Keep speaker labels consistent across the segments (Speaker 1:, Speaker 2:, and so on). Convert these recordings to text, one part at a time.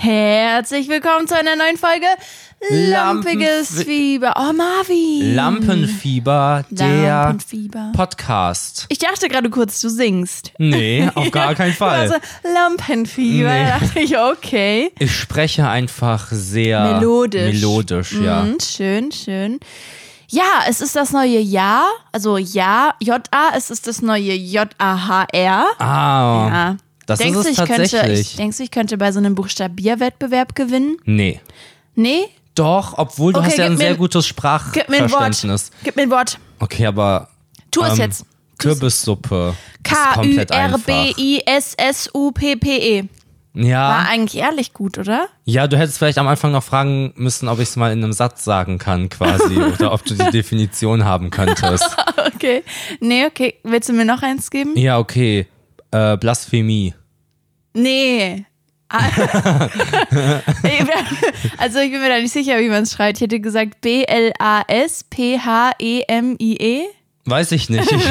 Speaker 1: Herzlich willkommen zu einer neuen Folge Lampiges
Speaker 2: Lampenfi-
Speaker 1: Fieber. Oh, Marvin.
Speaker 2: Lampenfieber, der
Speaker 1: Lampenfieber.
Speaker 2: Podcast.
Speaker 1: Ich dachte gerade kurz, du singst.
Speaker 2: Nee, auf gar keinen
Speaker 1: Also
Speaker 2: Fall.
Speaker 1: Lampenfieber.
Speaker 2: Nee.
Speaker 1: Da dachte ich, okay.
Speaker 2: Ich spreche einfach sehr
Speaker 1: Melodisch.
Speaker 2: Melodisch, ja.
Speaker 1: Mhm, schön, schön. Ja, es ist das neue Jahr. Also ja, J-A, es ist das neue J-A-H-R.
Speaker 2: Ah,
Speaker 1: Ja.
Speaker 2: das
Speaker 1: denkst
Speaker 2: ist es
Speaker 1: du, ich könnte, ich,
Speaker 2: tatsächlich.
Speaker 1: denkst du, ich könnte bei so einem Buchstabierwettbewerb gewinnen?
Speaker 2: nee.
Speaker 1: Nee?
Speaker 2: Doch, obwohl du
Speaker 1: Okay,
Speaker 2: hast ja
Speaker 1: gib
Speaker 2: ein
Speaker 1: mir
Speaker 2: sehr
Speaker 1: ein-
Speaker 2: gutes
Speaker 1: Gib mir ein Wort.
Speaker 2: Sprachverständnis.
Speaker 1: Gib mir ein Wort.
Speaker 2: Okay, aber
Speaker 1: Tu es
Speaker 2: ähm,
Speaker 1: jetzt.
Speaker 2: Kürbissuppe. ist komplett einfach.
Speaker 1: K-Ü-R-B-I-S-S-U-P-P-E. War
Speaker 2: Ja,
Speaker 1: eigentlich ehrlich gut, oder?
Speaker 2: ja, du hättest vielleicht am Anfang noch fragen müssen, ob ich es mal in einem Satz sagen kann, quasi. oder ob du die Definition haben könntest.
Speaker 1: Okay. Nee, okay. Willst du mir noch eins geben?
Speaker 2: Ja, okay. Äh, Blasphemie.
Speaker 1: Nee. Ah. Ich wär- also ich bin mir da nicht sicher, wie man es schreibt. Ich hätte gesagt E B-L-A-S-P-H-E-M-I-E.
Speaker 2: Weiß ich nicht. Ich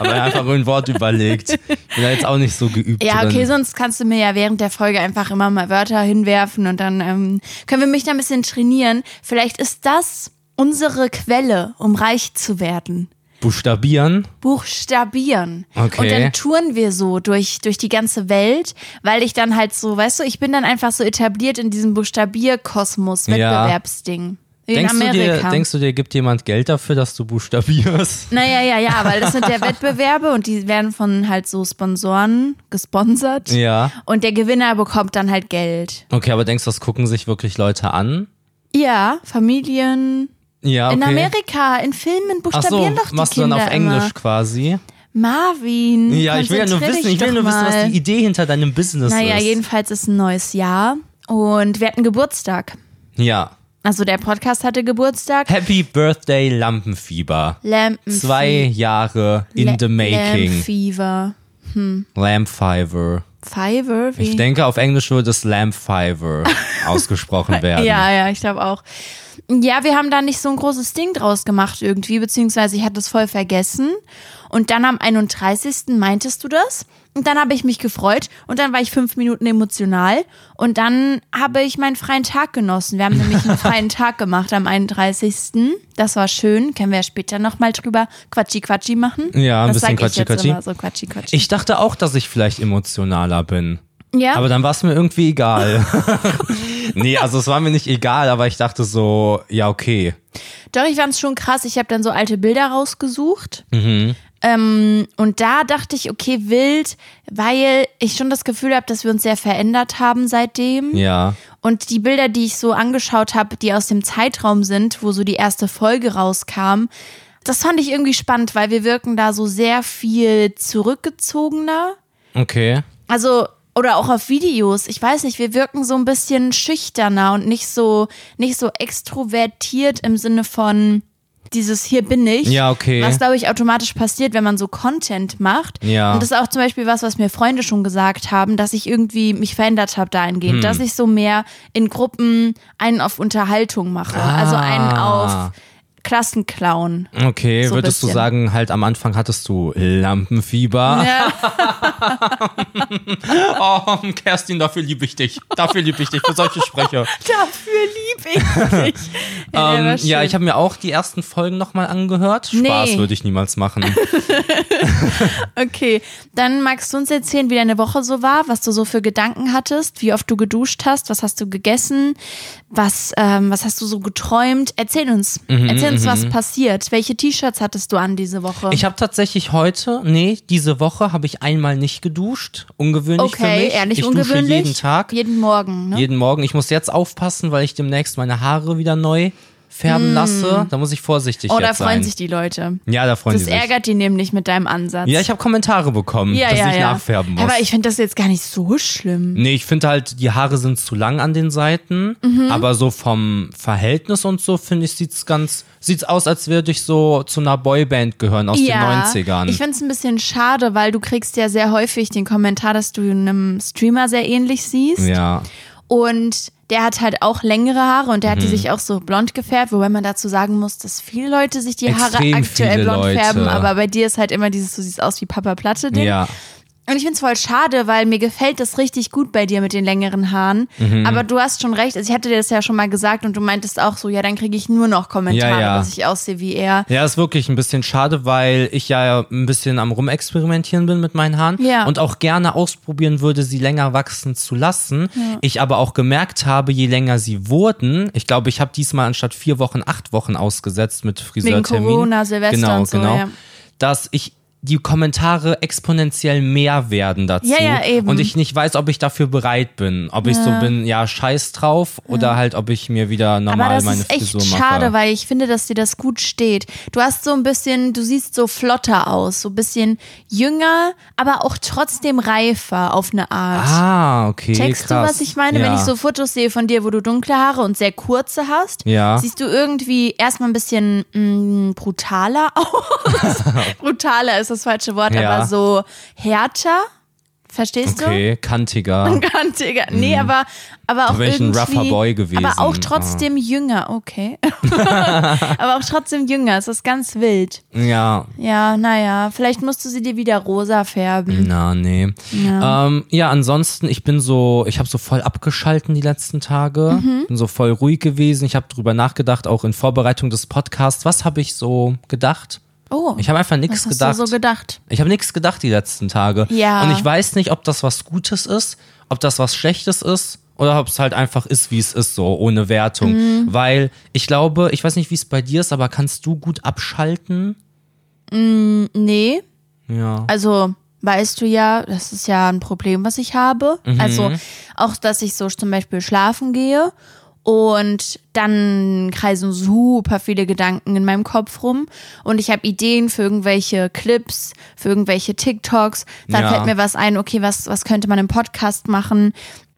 Speaker 2: habe mir einfach ein Wort überlegt. Bin da jetzt auch nicht so geübt.
Speaker 1: Ja,
Speaker 2: drin.
Speaker 1: okay, sonst kannst du mir ja während der Folge einfach immer mal Wörter hinwerfen und dann ähm, können wir mich da ein bisschen trainieren. Vielleicht ist das unsere Quelle, um reich zu werden.
Speaker 2: Buchstabieren.
Speaker 1: buchstabieren.
Speaker 2: Okay.
Speaker 1: Und dann touren wir so durch, durch die ganze Welt, weil ich dann halt so, weißt du, ich bin dann einfach so etabliert in diesem Buchstabierkosmos-Wettbewerbsding. In
Speaker 2: Denkst du,
Speaker 1: Amerika.
Speaker 2: dir, denkst du dir, gibt jemand Geld dafür, dass du buchstabierst?
Speaker 1: naja, ja, ja, weil das sind ja Wettbewerbe und die werden von halt so Sponsoren gesponsert.
Speaker 2: Ja.
Speaker 1: Und der Gewinner bekommt dann halt Geld.
Speaker 2: Okay, aber denkst du, das gucken sich wirklich Leute an?
Speaker 1: Ja, Familien.
Speaker 2: Ja, okay.
Speaker 1: In Amerika, in Filmen
Speaker 2: Ach so,
Speaker 1: buchstabieren doch die
Speaker 2: machst
Speaker 1: Kinder
Speaker 2: du dann auf Englisch
Speaker 1: immer.
Speaker 2: quasi?
Speaker 1: Marvin,
Speaker 2: Ja, ich will ja nur
Speaker 1: konzentrier
Speaker 2: wissen,
Speaker 1: dich
Speaker 2: ich will
Speaker 1: doch
Speaker 2: nur wissen, was
Speaker 1: mal.
Speaker 2: die Idee hinter deinem Business
Speaker 1: Naja,
Speaker 2: ist.
Speaker 1: jedenfalls ist ein neues Jahr und wir hatten Geburtstag.
Speaker 2: ja.
Speaker 1: Also der Podcast hatte Geburtstag.
Speaker 2: Happy Birthday Lampenfieber.
Speaker 1: Lampen
Speaker 2: Zwei Jahre in the making.
Speaker 1: Fever.
Speaker 2: Lampfiver.
Speaker 1: Fiver? Wie?
Speaker 2: Ich denke, auf Englisch würde es Lampfiver ausgesprochen werden.
Speaker 1: ja, ja, ich glaube auch. Ja, wir haben da nicht so ein großes Ding draus gemacht irgendwie, beziehungsweise ich hatte es voll vergessen. Und dann am 31. meintest du das? Und dann habe ich mich gefreut und dann war ich fünf Minuten emotional und dann habe ich meinen freien Tag genossen. Wir haben nämlich einen freien Tag gemacht am 31. Das war schön. Können wir ja später nochmal drüber Quatschi Quatschi machen?
Speaker 2: Ja, ein
Speaker 1: das
Speaker 2: bisschen
Speaker 1: sag ich jetzt
Speaker 2: Quatschi-Quatschi.
Speaker 1: Immer, so Quatschi Quatschi.
Speaker 2: Ich dachte auch, dass ich vielleicht emotionaler bin.
Speaker 1: ja?
Speaker 2: Aber dann war es mir irgendwie egal. nee, also es war mir nicht egal, aber ich dachte so, ja, okay.
Speaker 1: Doch, ich fand es schon krass. Ich habe dann so alte Bilder rausgesucht. Ähm, und da dachte ich, okay, wild, weil ich schon das Gefühl habe, dass wir uns sehr verändert haben seitdem.
Speaker 2: Ja.
Speaker 1: Und die Bilder, die ich so angeschaut habe, die aus dem Zeitraum sind, wo so die erste Folge rauskam, das fand ich irgendwie spannend, weil wir wirken da so sehr viel zurückgezogener.
Speaker 2: Okay.
Speaker 1: Also, oder auch auf Videos, ich weiß nicht, wir wirken so ein bisschen schüchterner und nicht so, nicht so extrovertiert im Sinne von dieses hier bin ich.
Speaker 2: Ja, okay.
Speaker 1: Was, glaube ich, automatisch passiert, wenn man so Content macht.
Speaker 2: Ja.
Speaker 1: Und das ist auch zum Beispiel was, was mir Freunde schon gesagt haben, dass ich irgendwie mich verändert habe dahingehend,
Speaker 2: Hm.
Speaker 1: dass ich so mehr in Gruppen einen auf Unterhaltung mache. Also einen
Speaker 2: Ah.
Speaker 1: auf Klassenclown.
Speaker 2: Okay,
Speaker 1: So
Speaker 2: würdest du
Speaker 1: bisschen.
Speaker 2: sagen, halt am Anfang hattest du Lampenfieber?
Speaker 1: Ja.
Speaker 2: Oh, Kerstin, dafür liebe ich dich. Dafür liebe ich dich, für solche Sprecher.
Speaker 1: Dafür liebe ich dich. Ja, der war
Speaker 2: Ähm, ja,
Speaker 1: schön.
Speaker 2: ich habe mir auch die ersten Folgen nochmal angehört. Spaß
Speaker 1: Nee.
Speaker 2: würde ich niemals machen.
Speaker 1: Okay, dann magst du uns erzählen, wie deine Woche so war, was du so für Gedanken hattest, wie oft du geduscht hast, was hast du gegessen, was, ähm, was hast du so geträumt? Erzähl uns,
Speaker 2: Mhm,
Speaker 1: erzähl uns, was passiert. Welche T-Shirts hattest du an diese Woche?
Speaker 2: Ich habe tatsächlich heute, nee, diese Woche habe ich einmal nicht geduscht. Ungewöhnlich für
Speaker 1: okay,
Speaker 2: mich.
Speaker 1: ehrlich
Speaker 2: ich
Speaker 1: ungewöhnlich.
Speaker 2: Dusche jeden Tag,
Speaker 1: Jeden Morgen, ne?
Speaker 2: jeden Morgen. Ich muss jetzt aufpassen, weil ich demnächst meine Haare wieder neu färben lasse. Da muss ich vorsichtig
Speaker 1: Mm. oh,
Speaker 2: jetzt
Speaker 1: da freuen
Speaker 2: sein.
Speaker 1: sich die Leute.
Speaker 2: ja, da freuen
Speaker 1: Das
Speaker 2: sie sich.
Speaker 1: ärgert die nämlich mit deinem Ansatz.
Speaker 2: Ja, ich habe Kommentare bekommen,
Speaker 1: ja,
Speaker 2: dass
Speaker 1: ja,
Speaker 2: ich
Speaker 1: ja.
Speaker 2: nachfärben muss.
Speaker 1: Aber ich finde das jetzt gar nicht so schlimm.
Speaker 2: Nee, ich finde halt, die Haare sind zu lang an den Seiten,
Speaker 1: Mhm.
Speaker 2: aber so vom Verhältnis und so, finde ich, sieht's ganz, sieht's aus, als würde ich so zu einer Boyband gehören aus den 90ern.
Speaker 1: Ich find's ein bisschen schade, weil du kriegst ja sehr häufig den Kommentar, dass du einem Streamer sehr ähnlich siehst.
Speaker 2: ja.
Speaker 1: Und der hat halt auch längere Haare und der
Speaker 2: Mhm.
Speaker 1: hat die sich auch so blond gefärbt, wobei man dazu sagen muss, dass viele Leute sich die Haare
Speaker 2: Extrem
Speaker 1: aktuell
Speaker 2: viele
Speaker 1: blond
Speaker 2: Leute.
Speaker 1: färben, aber bei dir ist halt immer dieses, du siehst aus wie Papa Platte Ding.
Speaker 2: Ja.
Speaker 1: Und ich finde es voll schade, weil mir gefällt das richtig gut bei dir mit den längeren Haaren.
Speaker 2: Mhm.
Speaker 1: Aber du hast schon recht. Also ich hatte dir das ja schon mal gesagt und du meintest auch so, ja, dann kriege ich nur noch Kommentare,
Speaker 2: Ja, ja.
Speaker 1: dass ich aussehe wie er.
Speaker 2: Ja, ist wirklich ein bisschen schade, weil ich ja ein bisschen am Rumexperimentieren bin mit meinen Haaren
Speaker 1: Ja.
Speaker 2: und auch gerne ausprobieren würde, sie länger wachsen zu lassen. Ich aber auch gemerkt habe, je länger sie wurden, ich glaube, ich habe diesmal anstatt vier Wochen acht Wochen ausgesetzt mit Friseurtermin.
Speaker 1: Corona, Silvester
Speaker 2: genau,
Speaker 1: und so,
Speaker 2: genau,
Speaker 1: ja.
Speaker 2: dass ich die Kommentare exponentiell mehr werden dazu
Speaker 1: Ja, ja, eben.
Speaker 2: und ich nicht weiß, ob ich dafür bereit bin, ob ich so bin, ja scheiß drauf oder halt, ob ich mir wieder normal
Speaker 1: Aber das
Speaker 2: meine
Speaker 1: ist echt
Speaker 2: Frisur mache.
Speaker 1: schade, weil ich finde, dass dir das gut steht. Du hast so ein bisschen, du siehst so flotter aus, so ein bisschen jünger, aber auch trotzdem reifer auf eine Art.
Speaker 2: Ah, okay.
Speaker 1: Checkst
Speaker 2: krass.
Speaker 1: du, was ich meine?
Speaker 2: Ja.
Speaker 1: Wenn ich so Fotos sehe von dir, wo du dunkle Haare und sehr kurze hast,
Speaker 2: Ja.
Speaker 1: siehst du irgendwie erstmal ein bisschen mm, brutaler aus. brutaler ist das falsche Wort,
Speaker 2: Ja.
Speaker 1: aber so härter. Verstehst
Speaker 2: Okay, kantiger.
Speaker 1: du? Kantiger. Nee, aber, aber auch
Speaker 2: wäre ich Mhm. ein
Speaker 1: irgendwie...
Speaker 2: rougher Boy gewesen. Ah.
Speaker 1: Aber auch trotzdem jünger, okay. aber auch trotzdem jünger, es ist ganz wild.
Speaker 2: Ja.
Speaker 1: Ja, naja, vielleicht musst du sie dir wieder rosa färben.
Speaker 2: Na, nee. Ja, ähm, ja ansonsten, ich bin so, ich habe so voll abgeschalten die letzten Tage.
Speaker 1: Mhm.
Speaker 2: Bin so voll ruhig gewesen. Ich habe drüber nachgedacht, auch in Vorbereitung des Podcasts. Was habe ich so gedacht?
Speaker 1: Oh,
Speaker 2: Ich habe einfach
Speaker 1: was
Speaker 2: nichts
Speaker 1: hast
Speaker 2: gedacht.
Speaker 1: du so gedacht?
Speaker 2: Ich habe nichts gedacht die letzten Tage.
Speaker 1: Ja.
Speaker 2: Und ich weiß nicht, ob das was Gutes ist, ob das was Schlechtes ist oder ob es halt einfach ist, wie es ist, so ohne
Speaker 1: Mhm.
Speaker 2: Wertung. Weil ich glaube, ich weiß nicht, wie es bei dir ist, aber kannst du gut abschalten?
Speaker 1: Nee,
Speaker 2: Ja.
Speaker 1: also weißt du ja, das ist ja ein Problem, was ich habe. Also auch, dass ich so zum Beispiel schlafen gehe und dann kreisen super viele Gedanken in meinem Kopf rum und ich habe Ideen für irgendwelche Clips, für irgendwelche TikToks. Dann
Speaker 2: Ja.
Speaker 1: fällt mir was ein, okay, was, was könnte man im Podcast machen?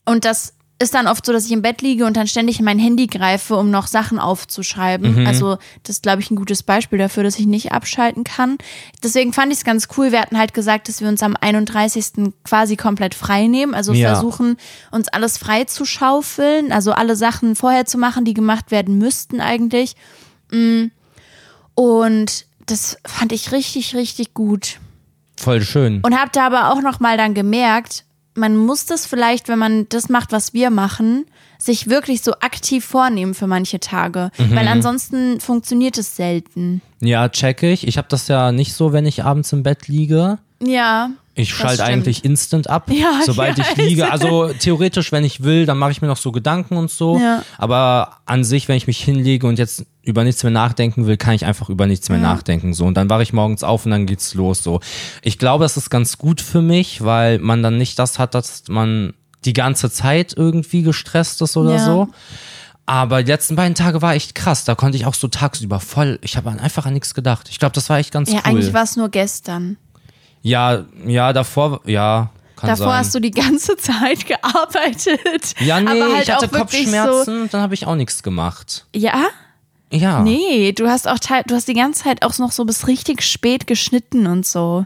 Speaker 1: Und das ist dann oft so, dass ich im Bett liege und dann ständig in mein Handy greife, um noch Sachen aufzuschreiben. Also das ist, glaube ich, ein gutes Beispiel dafür, dass ich nicht abschalten kann. Deswegen fand ich es ganz cool. Wir hatten halt gesagt, dass wir uns am 31. quasi komplett frei nehmen. Also
Speaker 2: Ja.
Speaker 1: versuchen, uns alles frei zu schaufeln. Also alle Sachen vorher zu machen, die gemacht werden müssten eigentlich. Mm. Und das fand ich richtig, richtig gut.
Speaker 2: Voll schön.
Speaker 1: Und habe da aber auch nochmal dann gemerkt, man muss das vielleicht, wenn man das macht, was wir machen, sich wirklich so aktiv vornehmen für manche Tage.
Speaker 2: Mhm.
Speaker 1: Weil ansonsten funktioniert es selten.
Speaker 2: Ja, check ich. Ich habe das ja nicht so, wenn ich abends im Bett liege.
Speaker 1: Ja.
Speaker 2: Ich
Speaker 1: Das
Speaker 2: schalte
Speaker 1: stimmt.
Speaker 2: eigentlich instant ab,
Speaker 1: Ja,
Speaker 2: sobald
Speaker 1: ich
Speaker 2: ich liege. Also theoretisch, wenn ich will, dann mache ich mir noch so Gedanken und so.
Speaker 1: Ja.
Speaker 2: Aber an sich, wenn ich mich hinlege und jetzt über nichts mehr nachdenken will, kann ich einfach über nichts mehr nachdenken. So. Und dann wache ich morgens auf und dann geht's los. So. Ich glaube, das ist ganz gut für mich, weil man dann nicht das hat, dass man die ganze Zeit irgendwie gestresst ist oder
Speaker 1: Ja.
Speaker 2: so. Aber die letzten beiden Tage war echt krass. Da konnte ich auch so tagsüber voll. Ich habe einfach an nichts gedacht. Ich glaube, das war echt ganz
Speaker 1: Ja,
Speaker 2: cool.
Speaker 1: eigentlich war es nur gestern.
Speaker 2: Ja, ja, davor, ja, kann
Speaker 1: Davor
Speaker 2: sein.
Speaker 1: hast du die ganze Zeit gearbeitet.
Speaker 2: ja, nee,
Speaker 1: aber halt
Speaker 2: ich hatte
Speaker 1: auch wirklich So,
Speaker 2: Kopfschmerzen, Ah. dann habe ich auch nichts gemacht.
Speaker 1: ja?
Speaker 2: Ja.
Speaker 1: Nee, du hast auch teil- du hast die ganze Zeit auch noch so bis richtig spät geschnitten und so.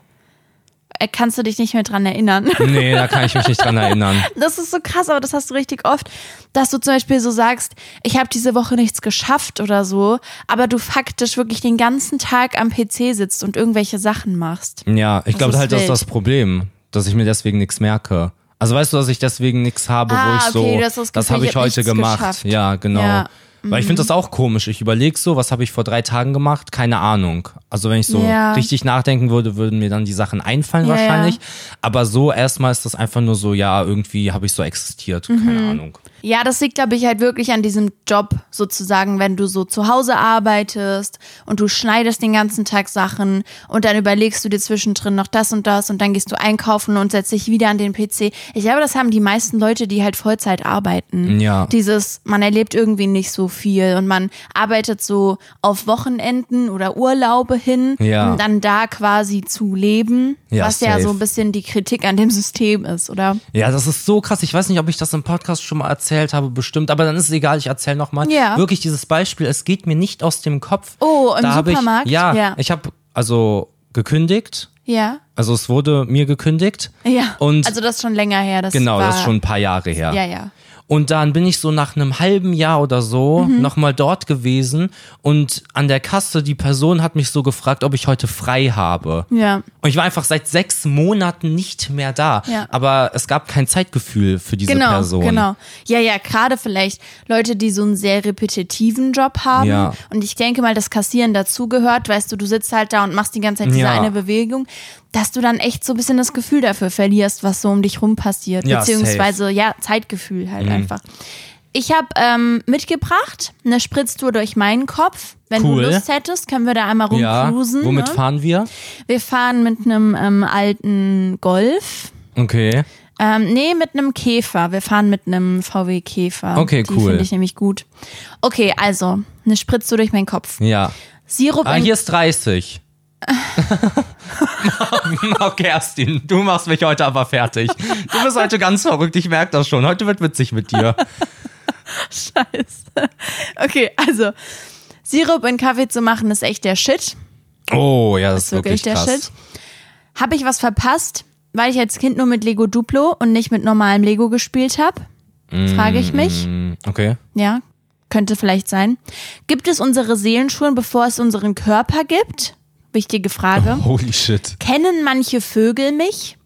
Speaker 1: Äh, Kannst du dich nicht mehr dran erinnern?
Speaker 2: Nee, da kann ich mich nicht dran erinnern.
Speaker 1: Das ist so krass, aber das hast du richtig oft, dass du zum Beispiel so sagst, ich habe diese Woche nichts geschafft oder so, aber du faktisch wirklich den ganzen Tag am PC sitzt und irgendwelche Sachen machst.
Speaker 2: Ja, ich glaube
Speaker 1: ist
Speaker 2: halt, das ist
Speaker 1: wild.
Speaker 2: das Problem, dass ich mir deswegen nichts merke. Also weißt du, dass ich deswegen nichts habe,
Speaker 1: Ah,
Speaker 2: wo ich so,
Speaker 1: okay, du hast das Gefühl,
Speaker 2: habe
Speaker 1: ich
Speaker 2: ich,
Speaker 1: hab
Speaker 2: heute
Speaker 1: nichts
Speaker 2: gemacht.
Speaker 1: geschafft.
Speaker 2: Ja, genau.
Speaker 1: Ja, Mhm.
Speaker 2: Weil ich finde das auch komisch. Ich überlege so, was habe ich vor drei Tagen gemacht? Keine Ahnung. Also wenn ich so
Speaker 1: Ja.
Speaker 2: richtig nachdenken würde, würden mir dann die Sachen einfallen
Speaker 1: Ja,
Speaker 2: wahrscheinlich. Aber so erstmal ist das einfach nur so, ja, irgendwie habe ich so existiert. Keine
Speaker 1: Mhm.
Speaker 2: Ahnung.
Speaker 1: Ja, das liegt, glaube ich, halt wirklich an diesem Job sozusagen, wenn du so zu Hause arbeitest und du schneidest den ganzen Tag Sachen und dann überlegst du dir zwischendrin noch das und das und dann gehst du einkaufen und setzt dich wieder an den PC. Ich glaube, das haben die meisten Leute, die halt Vollzeit arbeiten.
Speaker 2: Ja.
Speaker 1: Dieses, man erlebt irgendwie nicht so viel und man arbeitet so auf Wochenenden oder Urlaube hin,
Speaker 2: Ja.
Speaker 1: um dann da quasi zu leben,
Speaker 2: Ja,
Speaker 1: was ja
Speaker 2: safe.
Speaker 1: so ein bisschen die Kritik an dem System ist, oder?
Speaker 2: Ja, das ist so krass. Ich weiß nicht, ob ich das im Podcast schon mal erzählt habe, bestimmt, aber dann ist es egal, ich erzähle nochmal.
Speaker 1: Ja.
Speaker 2: Wirklich dieses Beispiel, es geht mir nicht aus dem Kopf.
Speaker 1: Oh, im
Speaker 2: Da hab
Speaker 1: Supermarkt?
Speaker 2: Ich, ja,
Speaker 1: Ja.
Speaker 2: ich habe also gekündigt.
Speaker 1: Ja.
Speaker 2: Also es wurde mir gekündigt.
Speaker 1: Ja.
Speaker 2: Und
Speaker 1: also das ist schon länger her. Das
Speaker 2: genau,
Speaker 1: war,
Speaker 2: das ist schon ein paar Jahre her.
Speaker 1: Ja, ja.
Speaker 2: Und dann bin ich so nach einem halben Jahr oder so
Speaker 1: Mhm.
Speaker 2: nochmal dort gewesen und an der Kasse, die Person hat mich so gefragt, ob ich heute frei habe.
Speaker 1: Ja.
Speaker 2: Und ich war einfach seit sechs Monaten nicht mehr da.
Speaker 1: Ja.
Speaker 2: Aber es gab kein Zeitgefühl für diese
Speaker 1: genau,
Speaker 2: Person.
Speaker 1: Genau. Ja, ja, gerade vielleicht Leute, die so einen sehr repetitiven Job haben.
Speaker 2: Ja.
Speaker 1: Und ich denke mal, das Kassieren dazugehört, weißt du, du sitzt halt da und machst die ganze Zeit diese
Speaker 2: Ja.
Speaker 1: eine Bewegung, dass du dann echt so ein bisschen das Gefühl dafür verlierst, was so um dich rum passiert.
Speaker 2: Ja, Mhm.
Speaker 1: Beziehungsweise, ja, Zeitgefühl halt einfach. Ich habe ähm, mitgebracht eine Spritztour durch meinen Kopf. Wenn
Speaker 2: Cool.
Speaker 1: du Lust hättest, können wir da einmal
Speaker 2: Ja.
Speaker 1: rumcruisen.
Speaker 2: Womit
Speaker 1: ne?
Speaker 2: fahren wir?
Speaker 1: Wir fahren mit einem ähm, alten Golf.
Speaker 2: Okay.
Speaker 1: Ähm, nee, mit einem Käfer. Wir fahren mit einem VW Käfer.
Speaker 2: Okay,
Speaker 1: Die
Speaker 2: cool.
Speaker 1: finde ich nämlich gut. Okay, also, eine Spritze durch meinen Kopf.
Speaker 2: Ja.
Speaker 1: Sirup
Speaker 2: Ah,
Speaker 1: in
Speaker 2: hier ist 30. oh, Kerstin, du machst mich heute aber fertig. Du bist heute ganz verrückt, ich merke das schon. Heute wird witzig mit dir.
Speaker 1: Scheiße. Okay, also, Sirup in Kaffee zu machen ist echt der Shit.
Speaker 2: Oh, ja, das ist
Speaker 1: Wirklich
Speaker 2: wirklich,
Speaker 1: der
Speaker 2: krass.
Speaker 1: Shit. Habe ich was verpasst, weil ich als Kind nur mit Lego Duplo und nicht mit normalem Lego gespielt habe? Frage ich mich.
Speaker 2: Mm, Okay.
Speaker 1: Ja, könnte vielleicht sein. Gibt es unsere Seelenschulen, bevor es unseren Körper gibt? Wichtige Frage.
Speaker 2: Holy shit.
Speaker 1: Kennen manche Vögel mich?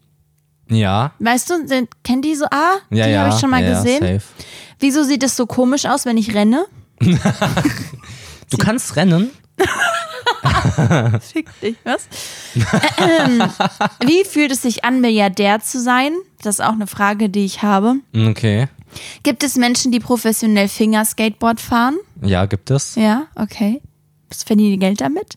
Speaker 2: Ja.
Speaker 1: Weißt du, sind, kennt die so, ah,
Speaker 2: Ja,
Speaker 1: die
Speaker 2: ja.
Speaker 1: habe ich schon mal
Speaker 2: ja, ja,
Speaker 1: gesehen.
Speaker 2: Safe.
Speaker 1: Wieso sieht es so komisch aus, wenn ich renne?
Speaker 2: Du kannst rennen?
Speaker 1: Fick dich, was? Wie fühlt es sich an, Milliardär zu sein? Das ist auch eine Frage, die ich habe.
Speaker 2: Okay.
Speaker 1: Gibt es Menschen, die professionell Fingerskateboard fahren?
Speaker 2: Ja, gibt es.
Speaker 1: Ja, okay. Was verdienen die Geld damit?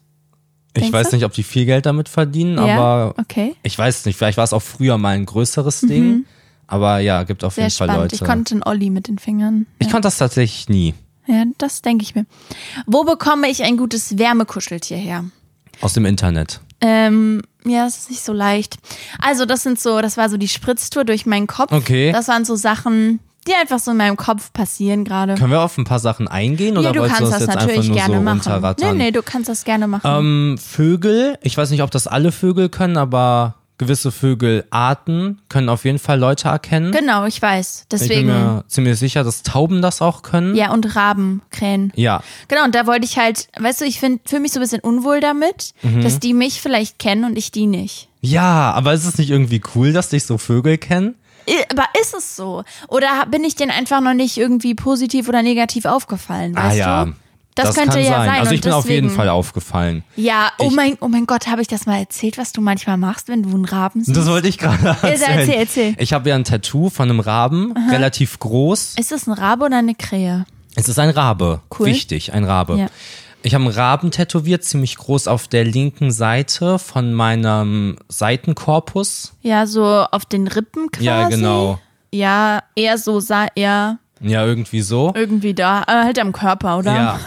Speaker 2: Ich
Speaker 1: Denkst
Speaker 2: weiß
Speaker 1: du?
Speaker 2: nicht, ob die viel Geld damit verdienen,
Speaker 1: ja,
Speaker 2: aber
Speaker 1: okay.
Speaker 2: ich weiß nicht. Vielleicht war es auch früher mal ein größeres Ding. Aber ja, gibt
Speaker 1: Mhm.
Speaker 2: auf
Speaker 1: Sehr
Speaker 2: jeden Fall
Speaker 1: spannend.
Speaker 2: Leute.
Speaker 1: Ich konnte einen Olli mit den Fingern.
Speaker 2: ich konnte das tatsächlich nie.
Speaker 1: Ja, das denke ich mir. Wo bekomme ich ein gutes Wärmekuscheltier her?
Speaker 2: Aus dem Internet.
Speaker 1: Ähm, ja, es ist nicht so leicht. Also, das sind so, das war so die Spritztour durch meinen Kopf.
Speaker 2: Okay.
Speaker 1: Das waren so Sachen, die einfach so in meinem Kopf passieren gerade.
Speaker 2: Können wir auf ein paar Sachen eingehen
Speaker 1: Nee,
Speaker 2: oder
Speaker 1: du
Speaker 2: wolltest
Speaker 1: kannst
Speaker 2: du
Speaker 1: das
Speaker 2: das jetzt einfach
Speaker 1: natürlich
Speaker 2: nur
Speaker 1: gerne
Speaker 2: so
Speaker 1: machen. Nee,
Speaker 2: runterrattern?
Speaker 1: nee, du kannst das gerne machen.
Speaker 2: Ähm, Vögel, ich weiß nicht, ob das alle Vögel können, aber gewisse Vögelarten können auf jeden Fall Leute erkennen.
Speaker 1: genau, ich weiß.
Speaker 2: Ich bin
Speaker 1: Deswegen.
Speaker 2: mir ziemlich sicher, dass Tauben das auch können.
Speaker 1: Ja, und Raben, Krähen.
Speaker 2: Ja,
Speaker 1: Genau, und da wollte ich halt, weißt du, ich finde fühle mich so ein bisschen unwohl damit,
Speaker 2: Mhm.
Speaker 1: dass die mich vielleicht kennen und ich die nicht.
Speaker 2: Ja, aber ist es nicht irgendwie cool, dass dich so Vögel kennen?
Speaker 1: I- Aber ist es so? Oder bin ich denen einfach noch nicht irgendwie positiv oder negativ aufgefallen? Weißt du? Das, könnte
Speaker 2: Ah kann
Speaker 1: ja sein.
Speaker 2: Also
Speaker 1: und
Speaker 2: ich bin auf jeden
Speaker 1: deswegen-
Speaker 2: Fall aufgefallen.
Speaker 1: Ja, oh
Speaker 2: Ich-
Speaker 1: mein, oh mein Gott, habe ich das mal erzählt, was du manchmal machst, wenn du einen Raben siehst?
Speaker 2: Das wollte ich gerade erzählen.
Speaker 1: erzähl, erzähl.
Speaker 2: Ich habe ja ein Tattoo von einem Raben, relativ groß.
Speaker 1: Ist das ein Rabe oder eine Krähe?
Speaker 2: Es ist ein Rabe.
Speaker 1: Cool.
Speaker 2: Wichtig, ein Rabe.
Speaker 1: Ja.
Speaker 2: Ich habe einen Raben tätowiert, ziemlich groß auf der linken Seite von meinem Seitenkorpus.
Speaker 1: Ja, so auf den Rippen quasi.
Speaker 2: Ja, genau.
Speaker 1: Ja, eher so, sah eher
Speaker 2: Ja, irgendwie so.
Speaker 1: irgendwie da, äh, halt am Körper, oder?
Speaker 2: Ja.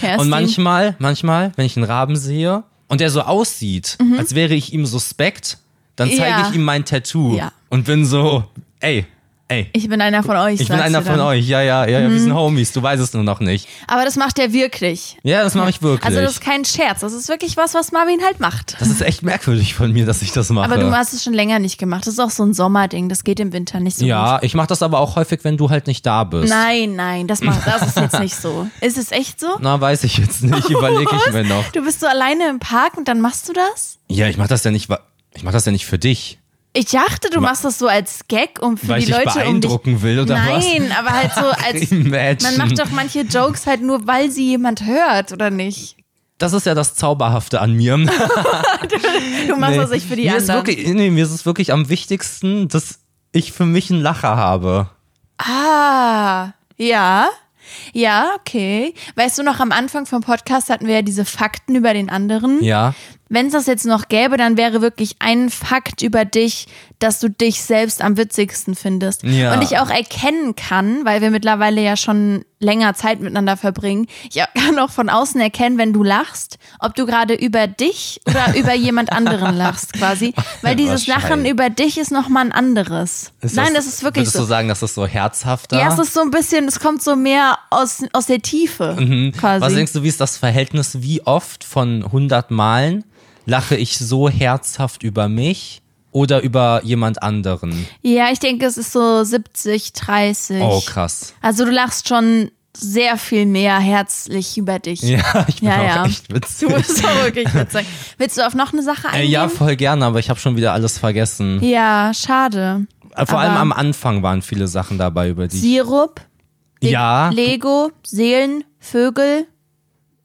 Speaker 1: Kerstin.
Speaker 2: Und manchmal, manchmal, wenn ich einen Raben sehe und der so aussieht, als wäre ich ihm suspekt, dann zeige
Speaker 1: Mhm. Ja.
Speaker 2: ich ihm mein Tattoo
Speaker 1: Ja.
Speaker 2: und bin so, ey, ey.
Speaker 1: Ich bin einer von euch.
Speaker 2: Ich bin
Speaker 1: sagst
Speaker 2: einer
Speaker 1: du
Speaker 2: von
Speaker 1: dann. Mhm.
Speaker 2: euch, ja, ja, ja, ja, wir sind Homies, du weißt es nur noch nicht.
Speaker 1: Aber das macht er wirklich.
Speaker 2: Ja, das mache ich wirklich.
Speaker 1: Also das ist kein Scherz, das ist wirklich was, was Marvin halt macht.
Speaker 2: das ist echt merkwürdig von mir, dass ich das mache.
Speaker 1: Aber du hast es schon länger nicht gemacht. Das ist auch so ein Sommerding, das geht im Winter nicht so gut.
Speaker 2: ja, ich mache das aber auch häufig, wenn du halt nicht da bist.
Speaker 1: Nein, nein, das, macht, das ist jetzt nicht so. Ist es echt so?
Speaker 2: Na, weiß ich jetzt nicht, überlege ich mir noch.
Speaker 1: Du bist so alleine im Park und dann machst du das?
Speaker 2: Ja, ich mache das ja nicht, wa- ich mache das ja nicht für dich,
Speaker 1: Ich dachte, du machst das so als Gag, um für
Speaker 2: weil ich
Speaker 1: die
Speaker 2: dich
Speaker 1: Leute um dich.
Speaker 2: beeindrucken will oder was.
Speaker 1: Nein, aber halt so als man
Speaker 2: Imagine.
Speaker 1: macht doch manche Jokes halt nur, weil sie jemand hört oder nicht.
Speaker 2: das ist ja das Zauberhafte an mir.
Speaker 1: Du machst das nicht für die
Speaker 2: mir
Speaker 1: anderen.
Speaker 2: Ist wirklich, nee, mir ist es wirklich am wichtigsten, dass ich für mich einen Lacher habe.
Speaker 1: ah, ja. Ja, okay. Weißt du noch, am Anfang vom Podcast hatten wir ja diese Fakten über den anderen.
Speaker 2: Ja.
Speaker 1: Wenn es das jetzt noch gäbe, dann wäre wirklich ein Fakt über dich, dass du dich selbst am witzigsten findest.
Speaker 2: Ja.
Speaker 1: Und ich auch erkennen kann, weil wir mittlerweile ja schon länger Zeit miteinander verbringen. Ich kann auch von außen erkennen, wenn du lachst, ob du gerade über dich oder über jemand anderen lachst, quasi. Weil dieses
Speaker 2: Wahrscheinlich.
Speaker 1: Lachen über dich ist nochmal ein anderes. Nein, das, ist wirklich
Speaker 2: würdest
Speaker 1: so.
Speaker 2: du sagen, das ist so herzhafter?
Speaker 1: ja, es ist so ein bisschen, es kommt so mehr aus, aus der Tiefe, quasi.
Speaker 2: Mhm. Was denkst du, wie ist das Verhältnis? Wie oft von 100 Malen lache ich so herzhaft über mich oder über jemand anderen?
Speaker 1: Ja, ich denke, es ist so 70, 30.
Speaker 2: Oh, krass.
Speaker 1: Also du lachst schon sehr viel mehr herzlich über dich.
Speaker 2: Ja, ich bin
Speaker 1: Ja,
Speaker 2: auch
Speaker 1: ja.
Speaker 2: echt witzig.
Speaker 1: Du bist auch wirklich witzig. Willst du auf noch eine Sache
Speaker 2: Äh,
Speaker 1: eingehen?
Speaker 2: ja, voll gerne, aber ich habe schon wieder alles vergessen.
Speaker 1: Ja, schade.
Speaker 2: Äh, Vor
Speaker 1: aber-
Speaker 2: allem am Anfang waren viele Sachen dabei, über die ich-
Speaker 1: Sirup, Le
Speaker 2: Ja,
Speaker 1: Lego, Seelen, Vögel.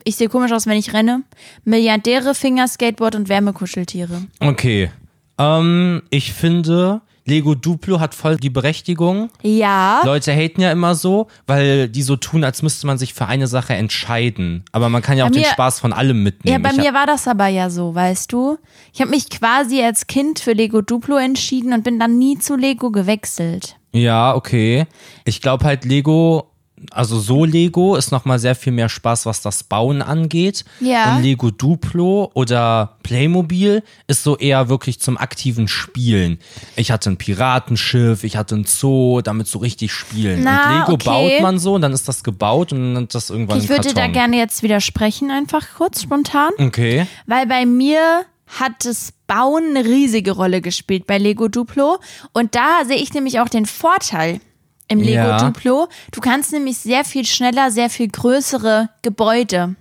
Speaker 1: Ich sehe komisch aus, wenn ich renne. Milliardäre, Finger, Skateboard und Wärmekuscheltiere.
Speaker 2: okay. Ähm, ich finde, Lego Duplo hat voll die Berechtigung.
Speaker 1: Ja.
Speaker 2: Leute haten ja immer so, weil die so tun, als müsste man sich für eine Sache entscheiden. Aber man kann ja auch
Speaker 1: Bei
Speaker 2: den
Speaker 1: mir-
Speaker 2: Spaß von allem
Speaker 1: Ja,
Speaker 2: mitnehmen.
Speaker 1: bei
Speaker 2: Ich
Speaker 1: mir war das aber ja so, weißt du? Ich habe mich quasi als Kind für Lego Duplo entschieden und bin dann nie zu Lego gewechselt.
Speaker 2: Ja, okay. Ich glaube halt Lego, also so Lego ist nochmal sehr viel mehr Spaß, was das Bauen angeht.
Speaker 1: Ja.
Speaker 2: Und Lego Duplo oder Playmobil ist so eher wirklich zum aktiven Spielen. Ich hatte ein Piratenschiff, ich hatte ein Zoo, damit so richtig spielen.
Speaker 1: Na,
Speaker 2: und Lego
Speaker 1: okay.
Speaker 2: baut man so und dann ist das gebaut und dann nennt das irgendwann
Speaker 1: Ich
Speaker 2: ein
Speaker 1: würde da
Speaker 2: Karton.
Speaker 1: gerne jetzt widersprechen, einfach kurz, spontan.
Speaker 2: Okay.
Speaker 1: Weil bei mir hat das Bauen eine riesige Rolle gespielt bei Lego Duplo. Und da sehe ich nämlich auch den Vorteil im Lego
Speaker 2: Ja.
Speaker 1: Duplo. Du kannst nämlich sehr viel schneller, sehr viel größere Gebäude,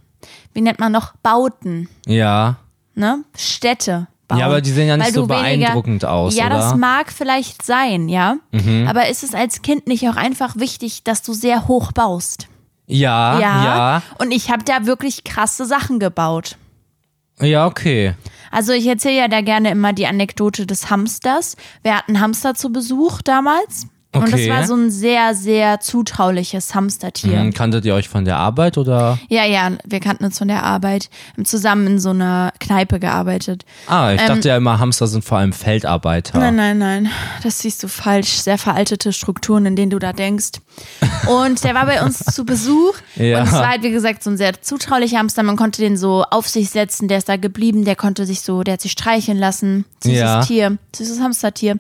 Speaker 1: wie nennt man noch, Bauten,
Speaker 2: Ja.
Speaker 1: ne? Städte. Bauen.
Speaker 2: Ja, aber die sehen ja nicht
Speaker 1: Weil
Speaker 2: so
Speaker 1: du weniger-
Speaker 2: beeindruckend aus,
Speaker 1: Ja, das
Speaker 2: oder? Mhm.
Speaker 1: mag vielleicht sein, ja. Aber ist es als Kind nicht auch einfach wichtig, dass du sehr hoch baust?
Speaker 2: Ja, Ah, ja.
Speaker 1: Und ich habe da wirklich krasse Sachen gebaut.
Speaker 2: Ja, okay.
Speaker 1: Also ich erzähle ja da gerne immer die Anekdote des Hamsters. Wir hatten Hamster zu Besuch damals. Und das
Speaker 2: Okay.
Speaker 1: war so ein sehr, sehr zutrauliches Hamstertier.
Speaker 2: Hm, kanntet ihr euch von der Arbeit oder?
Speaker 1: Ja, ja, wir kannten uns von der Arbeit. Wir haben zusammen in so einer Kneipe gearbeitet.
Speaker 2: Ah, ich dachte ja immer, Hamster sind vor allem Feldarbeiter.
Speaker 1: Ähm, Nein, nein, nein. Das siehst du falsch. Sehr veraltete Strukturen, in denen du da denkst. Und der war bei uns zu Besuch.
Speaker 2: Ja.
Speaker 1: Und es war halt, wie gesagt, so ein sehr zutraulicher Hamster. Man konnte den so auf sich setzen. Der ist da geblieben. Der konnte sich so, der hat sich streicheln lassen. Süßes
Speaker 2: Ja.
Speaker 1: Tier. Süßes Hamstertier.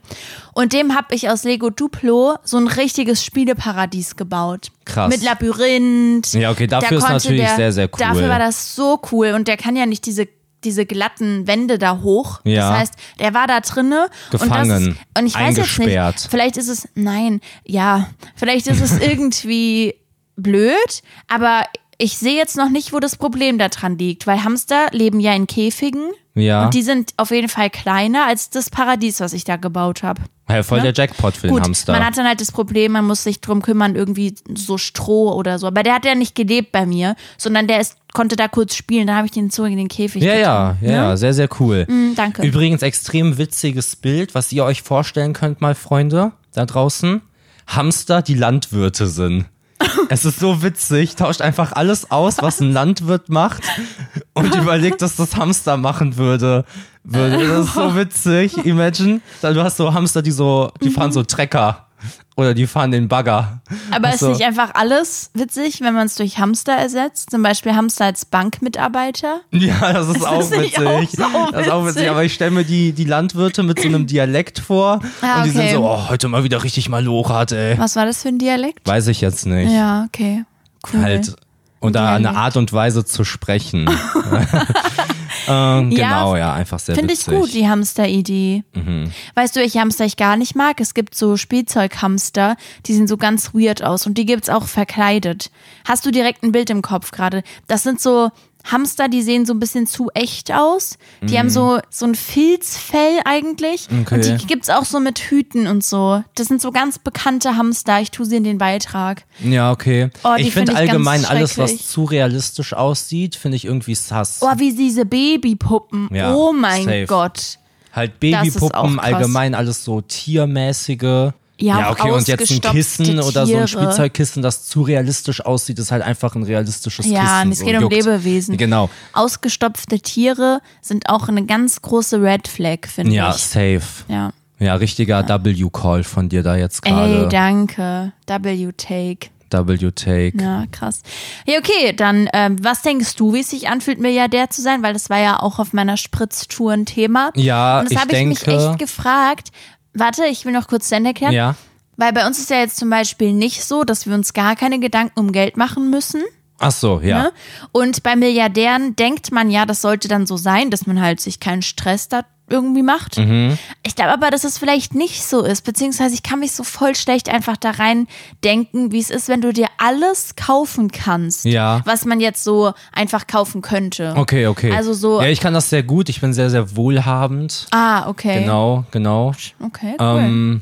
Speaker 1: Und dem habe ich aus Lego Duplo so ein richtiges Spieleparadies gebaut.
Speaker 2: Krass.
Speaker 1: Mit Labyrinth.
Speaker 2: Ja, okay, dafür
Speaker 1: Da
Speaker 2: ist
Speaker 1: konnte
Speaker 2: natürlich
Speaker 1: der,
Speaker 2: sehr, sehr cool.
Speaker 1: Dafür war das so cool. Und der kann ja nicht diese diese glatten Wände da hoch.
Speaker 2: Ja.
Speaker 1: Das heißt, der war da drinne und, das
Speaker 2: Gefangen,
Speaker 1: ist, und ich weiß jetzt
Speaker 2: eingesperrt.
Speaker 1: nicht, vielleicht ist es, nein, ja, vielleicht ist es irgendwie blöd, aber ich sehe jetzt noch nicht, wo das Problem daran liegt, weil Hamster leben ja in Käfigen
Speaker 2: Ja.
Speaker 1: und die sind auf jeden Fall kleiner als das Paradies, was ich da gebaut habe.
Speaker 2: Ja, voll der Jackpot für
Speaker 1: Ne? Gut,
Speaker 2: den Hamster.
Speaker 1: man hat dann halt das Problem, man muss sich drum kümmern, irgendwie so Stroh oder so. Aber der hat ja nicht gelebt bei mir, sondern der ist, konnte da kurz spielen, da habe ich den Zoo in den Käfig
Speaker 2: ja, ja,
Speaker 1: getan. ne?
Speaker 2: ja, ja, sehr, sehr cool.
Speaker 1: Hm, danke.
Speaker 2: Übrigens, extrem witziges Bild, was ihr euch vorstellen könnt, mal Freunde da draußen. Hamster, die Landwirte sind. Es ist so witzig, tauscht einfach alles aus, was ein Landwirt macht und überlegt, dass das Hamster machen würde. würde. Das ist so witzig. Imagine, du hast so Hamster, die so, die fahren so Trecker oder die fahren den Bagger.
Speaker 1: Aber
Speaker 2: Ach so.
Speaker 1: ist nicht einfach alles witzig, wenn man es durch Hamster ersetzt? Zum Beispiel Hamster als Bankmitarbeiter?
Speaker 2: Ja, das ist auch
Speaker 1: ist nicht
Speaker 2: witzig.
Speaker 1: auch so
Speaker 2: Das ist auch witzig,
Speaker 1: witzig.
Speaker 2: aber ich stelle mir die, die Landwirte mit so einem Dialekt vor
Speaker 1: Ah,
Speaker 2: und die
Speaker 1: okay.
Speaker 2: sind so, oh, heute mal wieder richtig malorat, ey.
Speaker 1: Was war das für ein Dialekt?
Speaker 2: Weiß ich jetzt nicht.
Speaker 1: Ja, okay. Cool.
Speaker 2: Halt. Und da
Speaker 1: Dialekt.
Speaker 2: eine Art und Weise zu sprechen. ähm,
Speaker 1: Ja,
Speaker 2: genau, ja, einfach sehr
Speaker 1: Finde ich
Speaker 2: witzig. Mhm.
Speaker 1: gut, die Hamster-Idee. Weißt du, welche Hamster ich gar nicht mag? Es gibt so Spielzeughamster, die sehen so ganz weird aus und die gibt's auch verkleidet. Hast du direkt ein Bild im Kopf gerade? Das sind so Hamster, die sehen so ein bisschen zu echt aus. Die haben so, so ein Filzfell eigentlich.
Speaker 2: Mhm. Okay.
Speaker 1: Und die gibt's auch so mit Hüten und so. Das sind so ganz bekannte Hamster. Ich tue sie in den Beitrag.
Speaker 2: Ja, okay.
Speaker 1: Oh, die
Speaker 2: ich finde
Speaker 1: find ich ganz
Speaker 2: allgemein alles, was
Speaker 1: schrecklich.
Speaker 2: zu realistisch aussieht, finde ich irgendwie sass.
Speaker 1: Oh, wie diese Babypuppen.
Speaker 2: Ja,
Speaker 1: oh mein
Speaker 2: safe.
Speaker 1: Gott.
Speaker 2: Halt
Speaker 1: Das ist auch
Speaker 2: Babypuppen,
Speaker 1: krass.
Speaker 2: allgemein alles so tiermäßige.
Speaker 1: Ja, auch
Speaker 2: okay, und jetzt ein
Speaker 1: ausgestopfte
Speaker 2: Kissen oder so
Speaker 1: Tiere.
Speaker 2: ein Spielzeugkissen, das zu realistisch aussieht, ist halt einfach ein realistisches Kissen.
Speaker 1: Ja, und es
Speaker 2: so
Speaker 1: geht um
Speaker 2: juckt.
Speaker 1: Lebewesen.
Speaker 2: Genau.
Speaker 1: Ausgestopfte Tiere sind auch eine ganz große Red Flag, finde
Speaker 2: Ja,
Speaker 1: ich.
Speaker 2: safe.
Speaker 1: Ja.
Speaker 2: Ja, richtiger W-Call von dir da jetzt
Speaker 1: Ey,
Speaker 2: gerade.
Speaker 1: danke. W-Take.
Speaker 2: W-Take.
Speaker 1: Ja, krass. Ja, okay, dann, ähm, was denkst du, wie es sich anfühlt, Milliardär zu sein? Weil das war ja auch auf meiner Spritztour ein Thema.
Speaker 2: Ja,
Speaker 1: Und
Speaker 2: ich
Speaker 1: das habe ich mich
Speaker 2: denke-
Speaker 1: echt gefragt. Warte, ich will noch kurz zu Ende erklären.
Speaker 2: Ja.
Speaker 1: Weil bei uns ist ja jetzt zum Beispiel nicht so, dass wir uns gar keine Gedanken um Geld machen müssen.
Speaker 2: Ach so, ja.
Speaker 1: Ne? Und bei Milliardären denkt man ja, das sollte dann so sein, dass man halt sich keinen Stress da irgendwie macht.
Speaker 2: Mhm.
Speaker 1: Ich glaube aber, dass es vielleicht nicht so ist, beziehungsweise ich kann mich so voll schlecht einfach da rein denken, wie es ist, wenn du dir alles kaufen kannst,
Speaker 2: Ja.
Speaker 1: was man jetzt so einfach kaufen könnte.
Speaker 2: Okay, okay.
Speaker 1: Also so-
Speaker 2: Ja, ich kann das sehr gut. Ich bin sehr, sehr wohlhabend.
Speaker 1: Ah, okay.
Speaker 2: Genau, genau.
Speaker 1: Okay, cool.
Speaker 2: Ähm,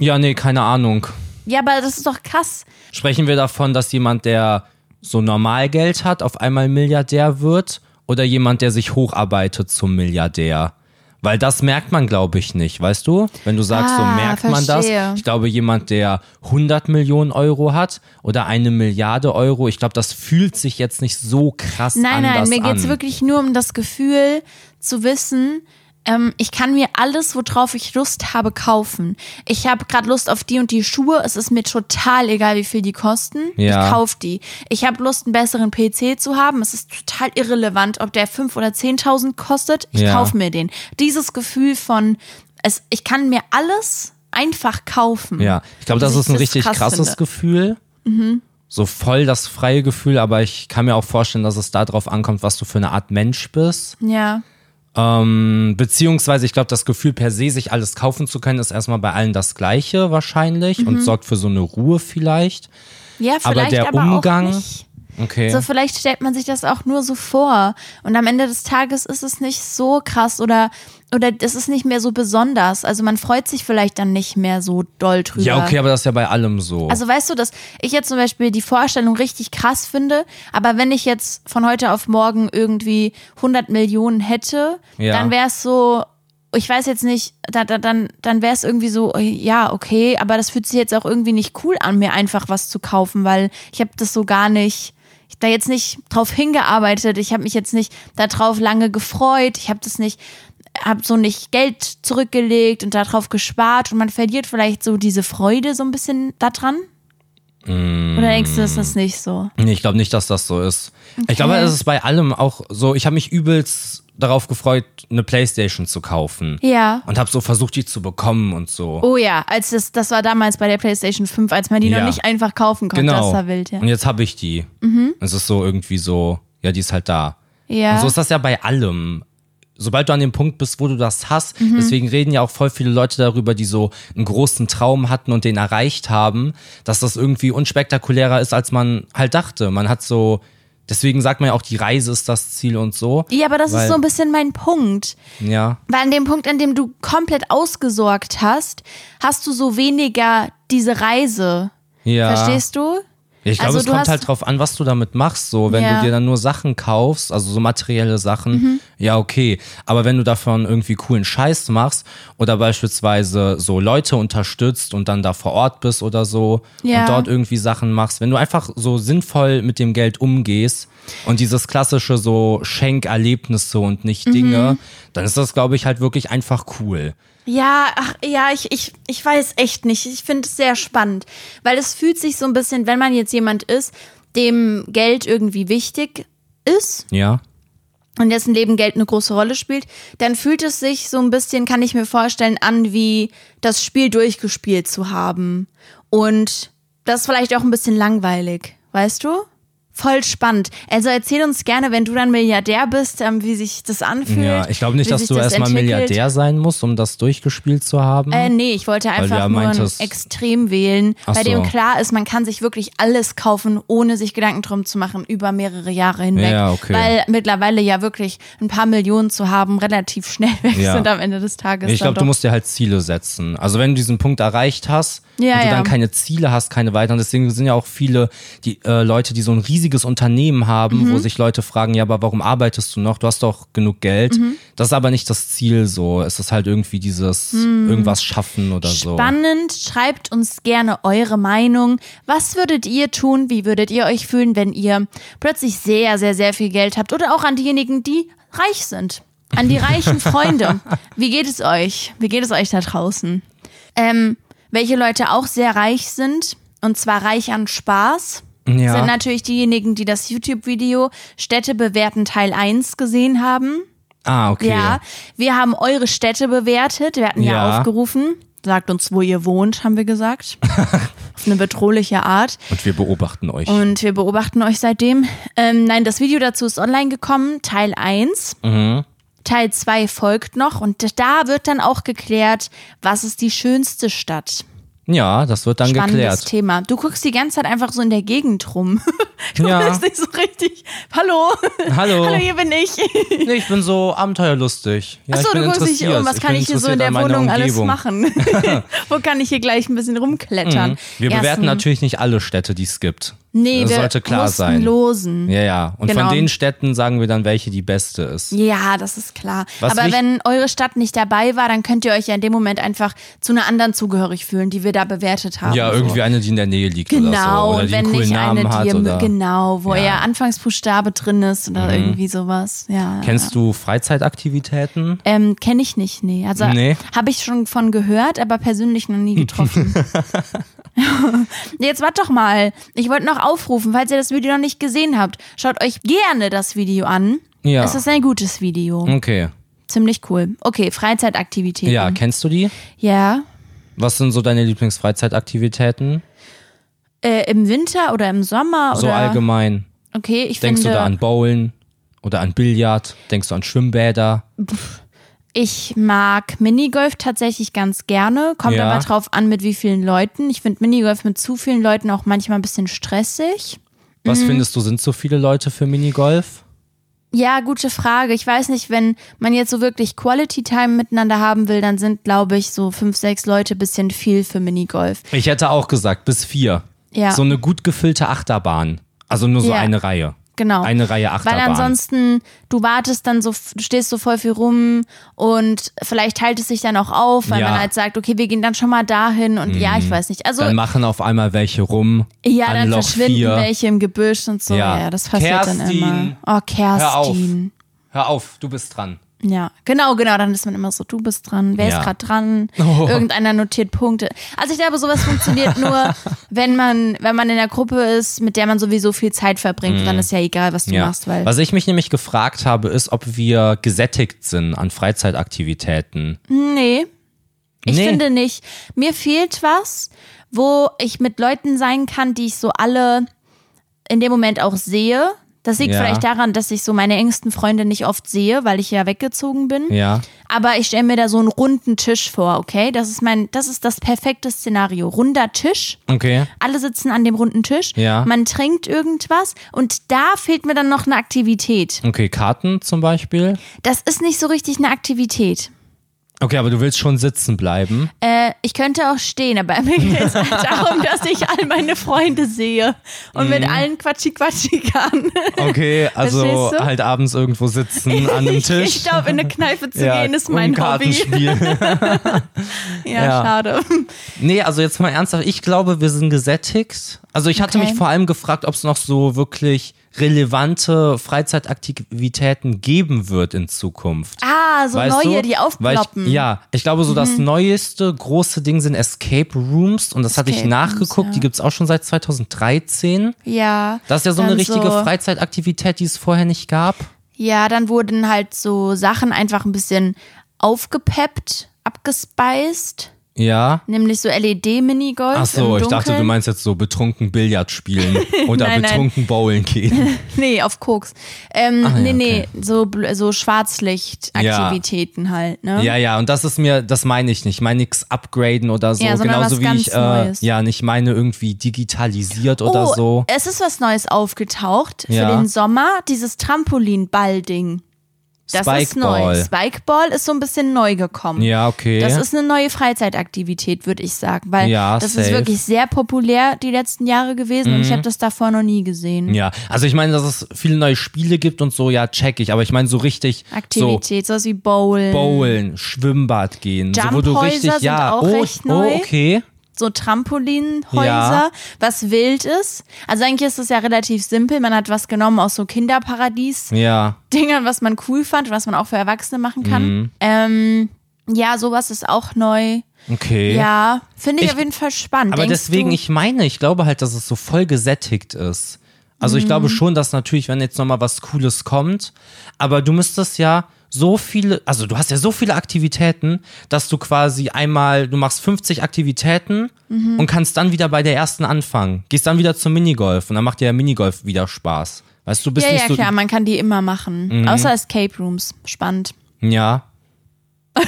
Speaker 2: ja, nee, keine Ahnung.
Speaker 1: ja, aber das ist doch krass.
Speaker 2: Sprechen wir davon, dass jemand, der so Normalgeld hat, auf einmal Milliardär wird oder jemand, der sich hocharbeitet zum Milliardär? Weil das merkt man, glaube ich, nicht, weißt du? Wenn du sagst, so
Speaker 1: Ah,
Speaker 2: merkt man
Speaker 1: verstehe.
Speaker 2: das. Ich glaube, jemand, der 100 Millionen Euro hat oder eine Milliarde Euro, ich glaube, das fühlt sich jetzt nicht so krass
Speaker 1: Nein, nein,
Speaker 2: anders
Speaker 1: mir geht's
Speaker 2: an.
Speaker 1: wirklich nur um das Gefühl zu wissen, ähm, ich kann mir alles, worauf ich Lust habe, kaufen. Ich habe gerade Lust auf die und die Schuhe. Es ist mir total egal, wie viel die kosten.
Speaker 2: Ja.
Speaker 1: Ich kaufe die. Ich habe Lust, einen besseren PC zu haben. Es ist total irrelevant, ob der 5.000 oder 10.000 kostet. Ich
Speaker 2: Ja.
Speaker 1: kaufe mir den. Dieses Gefühl von, es, ich kann mir alles einfach kaufen.
Speaker 2: Ja, ich glaube, das
Speaker 1: Dass
Speaker 2: ist ein
Speaker 1: das
Speaker 2: richtig
Speaker 1: krass
Speaker 2: krasses
Speaker 1: finde. Mhm.
Speaker 2: Gefühl. So voll das freie Gefühl, aber ich kann mir auch vorstellen, dass es darauf ankommt, was du für eine Art Mensch bist.
Speaker 1: Ja.
Speaker 2: Ähm, beziehungsweise, ich glaube, das Gefühl per se, sich alles kaufen zu können, ist erstmal bei allen das Gleiche wahrscheinlich
Speaker 1: Mhm.
Speaker 2: und sorgt für so eine Ruhe vielleicht.
Speaker 1: Ja, vielleicht aber,
Speaker 2: der Umgang-
Speaker 1: auch nicht.
Speaker 2: Okay.
Speaker 1: So, vielleicht stellt man sich das auch nur so vor. Und am Ende des Tages ist es nicht so krass oder, oder es ist nicht mehr so besonders. Also man freut sich vielleicht dann nicht mehr so doll drüber.
Speaker 2: ja, okay, aber das ist ja bei allem so.
Speaker 1: Also weißt du, dass ich jetzt zum Beispiel die Vorstellung richtig krass finde, aber wenn ich jetzt von heute auf morgen irgendwie 100 Millionen hätte,
Speaker 2: Ja.
Speaker 1: dann wäre es so, ich weiß jetzt nicht, da, da, dann, dann wäre es irgendwie so, ja, okay, aber das fühlt sich jetzt auch irgendwie nicht cool an, mir einfach was zu kaufen, weil ich habe das so gar nicht. Ich hab da jetzt nicht drauf hingearbeitet, ich habe mich jetzt nicht darauf lange gefreut, ich habe das nicht, habe so nicht Geld zurückgelegt und darauf gespart und man verliert vielleicht so diese Freude so ein bisschen daran. Oder denkst du, ist das nicht so?
Speaker 2: Nee, ich glaube nicht, dass das so ist. Ich glaube, es ist bei allem auch so, ich habe mich übelst darauf gefreut, eine Playstation zu kaufen.
Speaker 1: Ja.
Speaker 2: Und habe so versucht, die zu bekommen und so.
Speaker 1: Oh ja, als das, das war damals bei der PlayStation 5, als man die
Speaker 2: Ja.
Speaker 1: noch nicht einfach kaufen konnte.
Speaker 2: Genau.
Speaker 1: Das war wild, ja. Mhm.
Speaker 2: Und jetzt habe ich die. Es ist so irgendwie so, ja, die ist halt da.
Speaker 1: Ja.
Speaker 2: Und so ist das ja bei allem. Sobald du an dem Punkt bist, wo du das hast, deswegen reden ja auch voll viele Leute darüber, die so einen großen Traum hatten und den erreicht haben, dass das irgendwie unspektakulärer ist, als man halt dachte. Man hat so, deswegen sagt man ja auch, die Reise ist das Ziel und so.
Speaker 1: ja, aber das
Speaker 2: Weil-
Speaker 1: ist so ein bisschen mein Punkt.
Speaker 2: Ja.
Speaker 1: Weil an dem Punkt, an dem du komplett ausgesorgt hast, hast du so weniger diese Reise.
Speaker 2: Ja.
Speaker 1: Verstehst du?
Speaker 2: Ja, Ich glaube,
Speaker 1: Also
Speaker 2: es
Speaker 1: du
Speaker 2: kommt
Speaker 1: hast-
Speaker 2: halt drauf an, was du damit machst. So, wenn
Speaker 1: Ja. Mhm.
Speaker 2: du dir dann nur Sachen kaufst, also so materielle Sachen, ja, okay. Aber wenn du davon irgendwie coolen Scheiß machst oder beispielsweise so Leute unterstützt und dann da vor Ort bist oder so
Speaker 1: Ja.
Speaker 2: und dort irgendwie Sachen machst, wenn du einfach so sinnvoll mit dem Geld umgehst und dieses klassische so Schenkerlebnisse und nicht
Speaker 1: Mhm.
Speaker 2: Dinge, dann ist das, glaube ich, halt wirklich einfach cool.
Speaker 1: Ja, ach, ja, ich, ich, ich weiß echt nicht. Ich finde es sehr spannend, weil es fühlt sich so ein bisschen, wenn man jetzt jemand ist, dem Geld irgendwie wichtig ist,
Speaker 2: Ja.
Speaker 1: und dessen Leben Geld eine große Rolle spielt, dann fühlt es sich so ein bisschen, kann ich mir vorstellen, an, wie das Spiel durchgespielt zu haben. Und das ist vielleicht auch ein bisschen langweilig, weißt du? Voll spannend. Also erzähl uns gerne, wenn du dann Milliardär bist, ähm, wie sich das anfühlt.
Speaker 2: Ja, ich glaube nicht,
Speaker 1: wie
Speaker 2: dass
Speaker 1: sich
Speaker 2: du
Speaker 1: das
Speaker 2: erstmal
Speaker 1: entwickelt.
Speaker 2: Milliardär sein musst, um das durchgespielt zu haben.
Speaker 1: Äh, nee, ich wollte
Speaker 2: du
Speaker 1: einfach
Speaker 2: ja
Speaker 1: nur ein
Speaker 2: meintest-
Speaker 1: Extrem wählen,
Speaker 2: Ach
Speaker 1: bei dem
Speaker 2: so.
Speaker 1: klar ist, man kann sich wirklich alles kaufen, ohne sich Gedanken drum zu machen, über mehrere Jahre hinweg.
Speaker 2: Ja, okay.
Speaker 1: Weil mittlerweile ja wirklich ein paar Millionen zu haben, relativ schnell weg
Speaker 2: Ja.
Speaker 1: sind am Ende des Tages.
Speaker 2: Ich
Speaker 1: dann
Speaker 2: glaube, du
Speaker 1: doch.
Speaker 2: musst dir halt Ziele setzen. Also wenn du diesen Punkt erreicht hast
Speaker 1: Ja,
Speaker 2: und du
Speaker 1: ja.
Speaker 2: dann keine Ziele hast, keine weiteren, deswegen sind ja auch viele die äh, Leute, die so ein riesiges Unternehmen haben,
Speaker 1: Mhm.
Speaker 2: wo sich Leute fragen, ja, aber warum arbeitest du noch? Du hast doch genug Geld.
Speaker 1: Mhm.
Speaker 2: Das ist aber nicht das Ziel so. Es ist halt irgendwie dieses irgendwas schaffen oder
Speaker 1: Mhm. Spannend, schreibt uns gerne eure Meinung. Was würdet ihr tun? Wie würdet ihr euch fühlen, wenn ihr plötzlich sehr, sehr, sehr viel Geld habt? Oder auch an diejenigen, die reich sind. An die reichen Freunde. Wie geht es euch? Wie geht es euch da draußen? Ähm, welche Leute auch sehr reich sind, und zwar reich an Spaß,
Speaker 2: Ja.
Speaker 1: sind natürlich diejenigen, die das YouTube-Video Städte bewerten Teil 1 gesehen haben.
Speaker 2: so. Ah, okay.
Speaker 1: Ja, wir haben eure Städte bewertet. Wir hatten ja,
Speaker 2: Ja.
Speaker 1: aufgerufen. Sagt uns, wo ihr wohnt, haben wir gesagt. Auf eine bedrohliche Art.
Speaker 2: Und wir beobachten euch.
Speaker 1: Und wir
Speaker 2: Mhm.
Speaker 1: beobachten euch seitdem. Ähm, nein, das Video dazu ist online gekommen, Teil 1. Teil 2 folgt noch und da wird dann auch geklärt, was ist die schönste Stadt.
Speaker 2: Ja, das wird dann
Speaker 1: Spannendes
Speaker 2: geklärt.
Speaker 1: Thema. Du guckst die ganze Zeit einfach so in der Gegend rum. Du
Speaker 2: Ja. Oh.
Speaker 1: bist nicht so richtig. Hallo.
Speaker 2: Hallo.
Speaker 1: Hallo, hier bin ich.
Speaker 2: Nee, ich bin so abenteuerlustig. Ja,
Speaker 1: Achso,
Speaker 2: ich bin
Speaker 1: du guckst dich
Speaker 2: interessiert.
Speaker 1: um. Was kann
Speaker 2: bin
Speaker 1: ich hier so in
Speaker 2: interessiert
Speaker 1: der
Speaker 2: an meiner
Speaker 1: Wohnung alles
Speaker 2: Umgebung.
Speaker 1: machen? Wo kann ich hier gleich ein bisschen rumklettern?
Speaker 2: Mhm. Wir bewerten
Speaker 1: Ersten-
Speaker 2: natürlich nicht alle Städte, die es gibt.
Speaker 1: Nee,
Speaker 2: das
Speaker 1: wir
Speaker 2: sollte klar
Speaker 1: mussten
Speaker 2: sein.
Speaker 1: losen.
Speaker 2: Ja, ja. Und
Speaker 1: Genau.
Speaker 2: von den Städten sagen wir dann, welche die beste ist.
Speaker 1: Ja, das ist klar.
Speaker 2: Was
Speaker 1: Aber
Speaker 2: mich-
Speaker 1: wenn eure Stadt nicht dabei war, dann könnt ihr euch ja in dem Moment einfach zu einer anderen zugehörig fühlen, die wir da bewertet haben.
Speaker 2: Ja, also
Speaker 1: So.
Speaker 2: irgendwie eine, die in der Nähe liegt oder so.
Speaker 1: Genau,
Speaker 2: Oder
Speaker 1: und
Speaker 2: die einen
Speaker 1: wenn
Speaker 2: coolen
Speaker 1: nicht
Speaker 2: Namen
Speaker 1: eine,
Speaker 2: hat.
Speaker 1: die ihr,
Speaker 2: oder
Speaker 1: genau, wo
Speaker 2: Ja. Mhm.
Speaker 1: eher Anfangsbuchstabe drin ist oder irgendwie sowas. Ja.
Speaker 2: Kennst du Freizeitaktivitäten?
Speaker 1: Ähm, Kenne ich nicht, nee. Also
Speaker 2: Nee.
Speaker 1: habe ich schon von gehört, aber persönlich noch nie getroffen. Jetzt wart doch mal. Ich wollte noch aufrufen, falls ihr das Video noch nicht gesehen habt, schaut euch gerne das Video an.
Speaker 2: Ja.
Speaker 1: Es ist ein gutes Video.
Speaker 2: Okay.
Speaker 1: Ziemlich cool. Okay, Freizeitaktivitäten.
Speaker 2: Ja, kennst du die?
Speaker 1: Ja.
Speaker 2: Was sind so deine Lieblingsfreizeitaktivitäten?
Speaker 1: Äh, Im Winter oder im Sommer
Speaker 2: So
Speaker 1: oder
Speaker 2: allgemein.
Speaker 1: okay, ich
Speaker 2: Denkst
Speaker 1: finde
Speaker 2: du da an Bowlen oder an Billard? Denkst du an Schwimmbäder?
Speaker 1: ich mag Minigolf tatsächlich ganz gerne, kommt
Speaker 2: Ja.
Speaker 1: aber drauf an mit wie vielen Leuten. Ich finde Minigolf mit zu vielen Leuten auch manchmal ein bisschen stressig.
Speaker 2: Was findest du, sind zu viele Leute für Minigolf?
Speaker 1: Ja, gute Frage. Ich weiß nicht, wenn man jetzt so wirklich Quality Time miteinander haben will, dann sind, glaube ich, so fünf, sechs Leute bisschen viel für Minigolf.
Speaker 2: Ich hätte auch gesagt, bis vier.
Speaker 1: Ja.
Speaker 2: So eine gut gefüllte Achterbahn. Also nur so
Speaker 1: Ja.
Speaker 2: eine Reihe.
Speaker 1: Genau.
Speaker 2: Eine Reihe Achterbahn.
Speaker 1: Weil ansonsten, du wartest dann so, du stehst so voll viel rum und vielleicht teilt es sich dann auch auf, weil
Speaker 2: Ja. Mhm.
Speaker 1: man halt sagt, okay, wir gehen dann schon mal dahin und ja, ich weiß nicht. Also,
Speaker 2: dann machen auf einmal welche rum.
Speaker 1: ja,
Speaker 2: an
Speaker 1: dann
Speaker 2: Loch
Speaker 1: verschwinden
Speaker 2: vier.
Speaker 1: welche im Gebüsch und so. Ja,
Speaker 2: Ja.
Speaker 1: das passiert dann immer.
Speaker 2: Kerstin.
Speaker 1: Oh,
Speaker 2: Hör auf.
Speaker 1: Kerstin.
Speaker 2: Hör auf, du bist dran.
Speaker 1: Ja, genau, genau. Dann ist man immer so, du bist dran, wer ist
Speaker 2: Ja.
Speaker 1: gerade dran,
Speaker 2: Oh.
Speaker 1: irgendeiner notiert Punkte. Also ich glaube, sowas funktioniert nur, wenn man, wenn man in der Gruppe ist, mit der man sowieso viel Zeit verbringt. Und Dann ist ja egal, was du
Speaker 2: Mhm. Ja.
Speaker 1: machst, weil.
Speaker 2: Was ich mich nämlich gefragt habe, ist, ob wir gesättigt sind an Freizeitaktivitäten.
Speaker 1: Mhm. Nee. Ich
Speaker 2: Nee.
Speaker 1: finde nicht. Mir fehlt was, wo ich mit Leuten sein kann, die ich so alle in dem Moment auch sehe. Das liegt
Speaker 2: Ja.
Speaker 1: vielleicht daran, dass ich so meine engsten Freunde nicht oft sehe, weil ich ja weggezogen bin.
Speaker 2: Ja.
Speaker 1: Aber ich stelle mir da so einen runden Tisch vor, okay? Das ist mein, das ist das perfekte Szenario. Runder Tisch.
Speaker 2: Okay.
Speaker 1: Alle sitzen an dem runden Tisch.
Speaker 2: Ja.
Speaker 1: Man trinkt irgendwas und da fehlt mir dann noch eine Aktivität.
Speaker 2: Okay, Karten zum Beispiel.
Speaker 1: Das ist nicht so richtig eine Aktivität.
Speaker 2: Okay, aber du willst schon sitzen bleiben.
Speaker 1: Äh, ich könnte auch stehen, aber mir geht es halt darum, dass ich all meine Freunde sehe und
Speaker 2: Mhm.
Speaker 1: mit allen Quatschi Quatschi kann.
Speaker 2: Okay, also
Speaker 1: Verstehst du?
Speaker 2: halt abends irgendwo sitzen an einem
Speaker 1: Ich,
Speaker 2: Tisch.
Speaker 1: ich glaube, in eine Kneipe zu gehen ist
Speaker 2: und
Speaker 1: mein Hobby.
Speaker 2: Kartenspiel.
Speaker 1: Ja,
Speaker 2: Ja.
Speaker 1: schade.
Speaker 2: nee, also jetzt mal ernsthaft, ich glaube, wir sind gesättigt. Also ich hatte
Speaker 1: Okay.
Speaker 2: mich vor allem gefragt, ob es noch so wirklich relevante Freizeitaktivitäten geben wird in Zukunft.
Speaker 1: Ah, so
Speaker 2: Weißt
Speaker 1: neue,
Speaker 2: du?
Speaker 1: die
Speaker 2: Weil
Speaker 1: aufploppen. Mhm.
Speaker 2: Ich, ja, ich glaube, so das neueste große Ding sind Escape Rooms und das hatte ich
Speaker 1: Escape Rooms,
Speaker 2: nachgeguckt. Die gibt es auch schon seit 2013.
Speaker 1: ja.
Speaker 2: Das ist ja so eine
Speaker 1: Dann
Speaker 2: richtige
Speaker 1: so-
Speaker 2: Freizeitaktivität, die es vorher nicht gab.
Speaker 1: Ja, dann wurden halt so Sachen einfach ein bisschen aufgepeppt, abgespeist,
Speaker 2: Ja.
Speaker 1: nämlich so LED-Minigolf.
Speaker 2: Ach so,
Speaker 1: im
Speaker 2: ich dachte, du
Speaker 1: Dunkeln.
Speaker 2: meinst jetzt so betrunken Billard spielen oder
Speaker 1: Nein, nein.
Speaker 2: betrunken Bowlen gehen.
Speaker 1: Nee, auf Koks. Ähm,
Speaker 2: Ah, ja,
Speaker 1: nee, nee, so, bl- so Schwarzlichtaktivitäten halt, ne?
Speaker 2: ja, ja, und das ist mir, das meine ich nicht. Ich meine nichts upgraden oder so,
Speaker 1: Ja, sondern was
Speaker 2: genauso wie
Speaker 1: ganz
Speaker 2: ich äh,
Speaker 1: Neues.
Speaker 2: ja nicht meine irgendwie digitalisiert oder
Speaker 1: oh,
Speaker 2: so.
Speaker 1: es ist was Neues aufgetaucht für
Speaker 2: Ja.
Speaker 1: den Sommer, dieses Trampolin-Ball-Ding. Das ist neu.
Speaker 2: Spikeball.
Speaker 1: Spikeball ist so ein bisschen neu gekommen.
Speaker 2: Ja, okay.
Speaker 1: Das ist eine neue Freizeitaktivität, würde ich sagen, weil
Speaker 2: Ja,
Speaker 1: das ist
Speaker 2: safe. Mhm.
Speaker 1: wirklich sehr populär die letzten Jahre gewesen und ich habe das davor noch nie gesehen.
Speaker 2: ja, also ich meine, dass es viele neue Spiele gibt und so, ja, check ich, aber ich meine so richtig so
Speaker 1: Aktivität, sowas wie Bowlen,
Speaker 2: Bowlen, Schwimmbad gehen, so, wo du
Speaker 1: Jumphäuser
Speaker 2: richtig,
Speaker 1: sind
Speaker 2: ja,
Speaker 1: auch
Speaker 2: oh,
Speaker 1: recht
Speaker 2: oh,
Speaker 1: neu.
Speaker 2: okay.
Speaker 1: so Trampolinhäuser,
Speaker 2: Ja.
Speaker 1: was wild ist. Also eigentlich ist es ja relativ simpel. Man hat was genommen aus so Kinderparadies-Dingern,
Speaker 2: Ja,
Speaker 1: was man cool fand, was man auch für Erwachsene machen kann.
Speaker 2: Mhm.
Speaker 1: Ähm, ja, sowas ist auch neu.
Speaker 2: okay.
Speaker 1: Ja, finde ich,
Speaker 2: Ich-
Speaker 1: auf jeden Fall spannend.
Speaker 2: Aber
Speaker 1: Denkst
Speaker 2: deswegen,
Speaker 1: du,
Speaker 2: ich meine, ich glaube halt, dass es so voll gesättigt ist. Also ich
Speaker 1: Mhm.
Speaker 2: glaube schon, dass natürlich, wenn jetzt nochmal was Cooles kommt, aber du müsstest ja so viele, also du hast ja so viele Aktivitäten, dass du quasi einmal, du machst 50 Aktivitäten
Speaker 1: Mhm.
Speaker 2: und kannst dann wieder bei der ersten anfangen. Gehst dann wieder zum Minigolf und dann macht dir der Minigolf wieder Spaß. Weißt du, du bist
Speaker 1: ja,
Speaker 2: nicht
Speaker 1: ja,
Speaker 2: so. Mhm.
Speaker 1: klar, man kann die immer machen. Außer Escape Rooms. Spannend.
Speaker 2: Ja,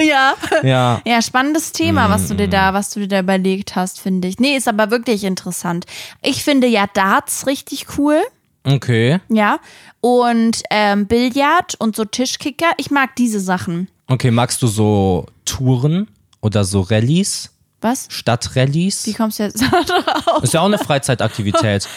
Speaker 1: Ja.
Speaker 2: ja.
Speaker 1: Ja, spannendes Thema, was du
Speaker 2: Mm.
Speaker 1: dir da, was du dir da überlegt hast, finde ich. Nee, ist aber wirklich interessant. Ich finde ja Darts richtig cool.
Speaker 2: Okay,
Speaker 1: Ja. Und ähm, Billard und so Tischkicker. Ich mag diese Sachen.
Speaker 2: okay. Magst du so Touren oder so Rallyes?
Speaker 1: Was?
Speaker 2: Stadtrallyes?
Speaker 1: Wie kommst du jetzt?
Speaker 2: Ist ja auch eine Freizeitaktivität.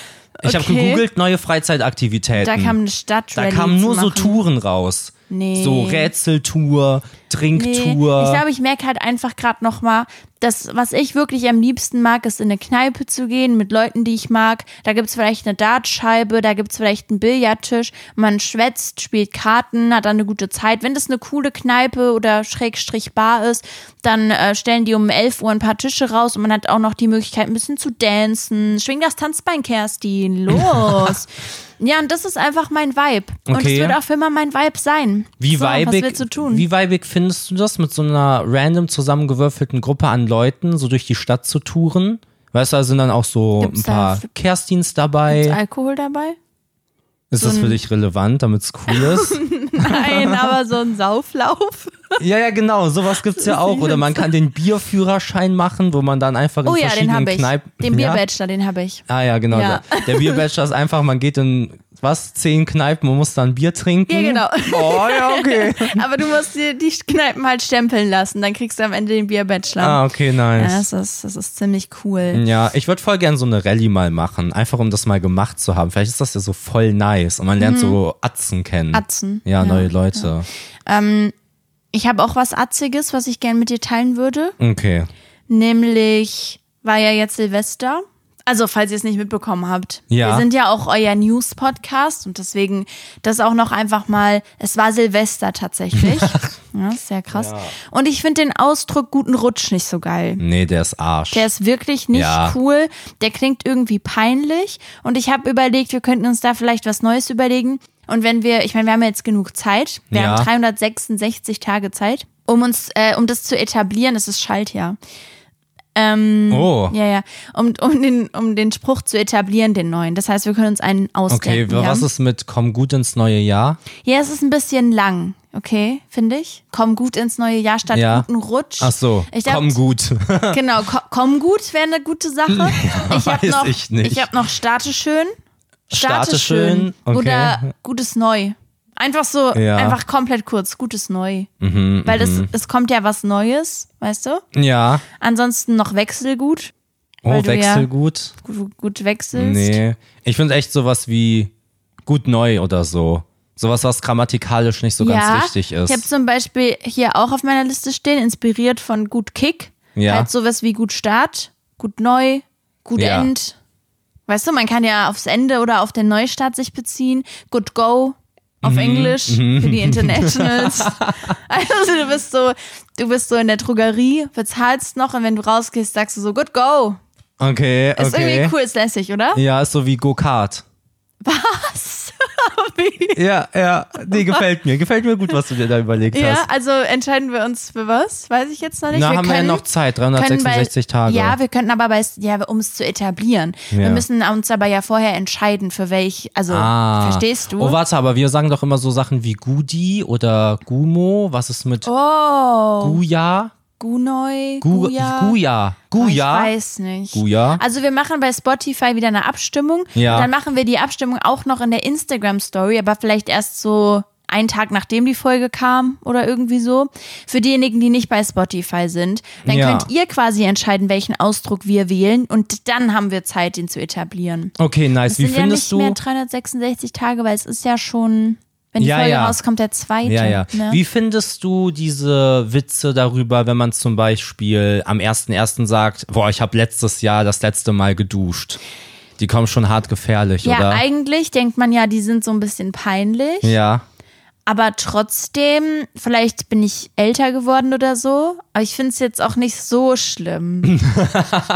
Speaker 2: Ich habe
Speaker 1: Okay.
Speaker 2: gegoogelt neue Freizeitaktivitäten.
Speaker 1: da kam eine Stadt.
Speaker 2: Hm. Da kamen nur so Touren raus.
Speaker 1: Nee.
Speaker 2: So Rätseltour,
Speaker 1: Nee, ich
Speaker 2: Trinktour.
Speaker 1: glaube, ich merke halt einfach gerade nochmal, dass was ich wirklich am liebsten mag, ist in eine Kneipe zu gehen mit Leuten, die ich mag. Da gibt's vielleicht eine Dartscheibe, da gibt's vielleicht einen Billardtisch. Man schwätzt, spielt Karten, hat dann eine gute Zeit. Wenn das eine coole Kneipe oder Schrägstrich Bar ist, dann äh, stellen die um 11 Uhr ein paar Tische raus und man hat auch noch die Möglichkeit, ein bisschen zu dancen. Schwing das Tanzbein, Kerstin, los! Ja, und das ist einfach mein Vibe. Und
Speaker 2: Okay.
Speaker 1: es wird auch immer mein Vibe sein.
Speaker 2: wie,
Speaker 1: so, was
Speaker 2: weibig,
Speaker 1: willst du tun?
Speaker 2: wie weibig findest du das, mit so einer random zusammengewürfelten Gruppe an Leuten so durch die Stadt zu touren? Weißt du, da sind dann auch so
Speaker 1: Gibt's
Speaker 2: ein paar
Speaker 1: da-
Speaker 2: Kerstins dabei.
Speaker 1: Alkohol dabei?
Speaker 2: Ist das für dich relevant, damit es cool ist?
Speaker 1: Nein, aber so ein Sauflauf.
Speaker 2: ja, ja, genau. Sowas gibt's ja auch. Oder man kann den Bierführerschein machen, wo man dann einfach in
Speaker 1: Oh ja, den
Speaker 2: verschiedenen
Speaker 1: habe ich.
Speaker 2: Kneipen...
Speaker 1: Den
Speaker 2: ja?
Speaker 1: Bierbachelor, den habe ich.
Speaker 2: Ah ja, genau.
Speaker 1: Ja.
Speaker 2: Der, der Bierbachelor ist einfach, man geht in, was, zehn Kneipen und muss dann Bier trinken?
Speaker 1: Ja, genau.
Speaker 2: Oh ja, okay.
Speaker 1: Aber du musst dir die Kneipen halt stempeln lassen, dann kriegst du am Ende den Bierbachelor.
Speaker 2: ah, okay,
Speaker 1: Genau. Ja,
Speaker 2: nice.
Speaker 1: das ist, das ist ziemlich cool.
Speaker 2: Ja, ich würde voll gern so eine Rallye mal machen, einfach um das mal gemacht zu haben. Vielleicht ist das ja so voll nice und man lernt so Atzen kennen.
Speaker 1: Mhm. Atzen,
Speaker 2: Ja,
Speaker 1: ja,
Speaker 2: neue Leute.
Speaker 1: Ähm, Ich habe auch was Atziges, was ich gern mit dir teilen würde.
Speaker 2: Okay.
Speaker 1: Nämlich war ja jetzt Silvester. Also, falls ihr es nicht mitbekommen habt.
Speaker 2: Ja.
Speaker 1: Wir sind ja auch euer News-Podcast und deswegen das auch noch einfach mal. Es war Silvester tatsächlich. ja, ist sehr krass. Und ich finde den Ausdruck guten Rutsch nicht so geil.
Speaker 2: Nee, der ist Arsch.
Speaker 1: Der ist wirklich nicht
Speaker 2: Ja.
Speaker 1: cool. Der klingt irgendwie peinlich. Und ich habe überlegt, wir könnten uns da vielleicht was Neues überlegen. Und wenn wir, ich meine, wir haben ja jetzt genug Zeit. Wir
Speaker 2: Ja.
Speaker 1: haben 366 Tage Zeit, um uns, äh, um das zu etablieren. Es ist Schaltjahr. Ähm,
Speaker 2: oh.
Speaker 1: ja, ja. Um, um, den, um den Spruch zu etablieren, den neuen. Das heißt, wir können uns einen
Speaker 2: Okay,
Speaker 1: ausdenken. ja?
Speaker 2: was ist mit komm gut ins neue Jahr?
Speaker 1: ja, es ist ein bisschen lang, okay, finde ich. Komm gut ins neue Jahr statt
Speaker 2: Ja.
Speaker 1: guten Rutsch.
Speaker 2: Ach so,
Speaker 1: Ich glaub,
Speaker 2: komm gut.
Speaker 1: Genau, ko komm gut wäre eine gute Sache. ich habe
Speaker 2: weiß
Speaker 1: noch,
Speaker 2: ich nicht.
Speaker 1: ich hab noch Starte schön.
Speaker 2: Starte schön, okay.
Speaker 1: Oder gutes Neu. Einfach so,
Speaker 2: Ja. Mhm,
Speaker 1: einfach komplett kurz, gutes Neu. Weil das, es kommt ja was Neues, weißt du?
Speaker 2: Ja.
Speaker 1: Ansonsten noch Wechselgut,
Speaker 2: Oh,
Speaker 1: Weil du ja-
Speaker 2: Wechselgut.
Speaker 1: gut, gut wechselst.
Speaker 2: Nee. Ich finde echt sowas wie gut neu oder so. Sowas, was grammatikalisch nicht so ganz richtig ist.
Speaker 1: Ich habe zum Beispiel hier auch auf meiner Liste stehen, inspiriert von Gut Kick.
Speaker 2: Ja.
Speaker 1: Halt sowas wie Gut Start, Gut Neu, Gut
Speaker 2: Ja.
Speaker 1: End. Weißt du, man kann ja aufs Ende oder auf den Neustart sich beziehen. Good Go
Speaker 2: Mhm.
Speaker 1: auf Englisch für die Internationals. also du bist so, du bist so in der Drogerie, bezahlst noch und wenn du rausgehst, sagst du so Good Go.
Speaker 2: okay, okay.
Speaker 1: Ist irgendwie cool, ist lässig, oder?
Speaker 2: Ja, ist so wie Go-Kart.
Speaker 1: Wie?
Speaker 2: Ja, ja. Nee, gefällt mir. Gefällt mir gut, was du dir da überlegt
Speaker 1: Ja,
Speaker 2: hast.
Speaker 1: also entscheiden wir uns für was? Weiß ich jetzt noch nicht.
Speaker 2: Na,
Speaker 1: wir
Speaker 2: haben wir ja
Speaker 1: können,
Speaker 2: noch Zeit,
Speaker 1: können
Speaker 2: 366
Speaker 1: bei,
Speaker 2: Tage.
Speaker 1: Ja, wir könnten aber bei, ja, um es zu etablieren.
Speaker 2: Ja.
Speaker 1: Wir müssen uns aber ja vorher entscheiden, für welch, also,
Speaker 2: Ah.
Speaker 1: verstehst du?
Speaker 2: Oh, warte, aber wir sagen doch immer so Sachen wie Gudi oder Gumo. Was ist mit
Speaker 1: oh,
Speaker 2: Guja?
Speaker 1: Gunoi,
Speaker 2: Gu-
Speaker 1: Guja. Ah,
Speaker 2: Guja.
Speaker 1: Ich
Speaker 2: Guja.
Speaker 1: weiß nicht.
Speaker 2: Guja.
Speaker 1: Also wir machen bei Spotify wieder eine Abstimmung.
Speaker 2: Ja.
Speaker 1: Und dann machen wir die Abstimmung auch noch in der Instagram-Story, aber vielleicht erst so einen Tag nachdem die Folge kam oder irgendwie so. Für diejenigen, die nicht bei Spotify sind, dann
Speaker 2: Ja.
Speaker 1: könnt ihr quasi entscheiden, welchen Ausdruck wir wählen und dann haben wir Zeit, den zu etablieren.
Speaker 2: Okay, nice.
Speaker 1: Es
Speaker 2: Wie
Speaker 1: sind ja nicht
Speaker 2: findest
Speaker 1: mehr
Speaker 2: du?
Speaker 1: 366 Tage, weil es ist ja schon, wenn die
Speaker 2: Ja,
Speaker 1: Folge
Speaker 2: ja.
Speaker 1: rauskommt, der zweite.
Speaker 2: Ja, ja.
Speaker 1: Ne?
Speaker 2: Wie findest du diese Witze darüber, wenn man zum Beispiel am 1.1. sagt, boah, ich habe letztes Jahr das letzte Mal geduscht? Die kommen schon hart gefährlich,
Speaker 1: ja,
Speaker 2: oder?
Speaker 1: eigentlich denkt man ja, die sind so ein bisschen peinlich.
Speaker 2: Ja.
Speaker 1: Aber trotzdem, vielleicht bin ich älter geworden oder so, aber ich finde es jetzt auch nicht so schlimm.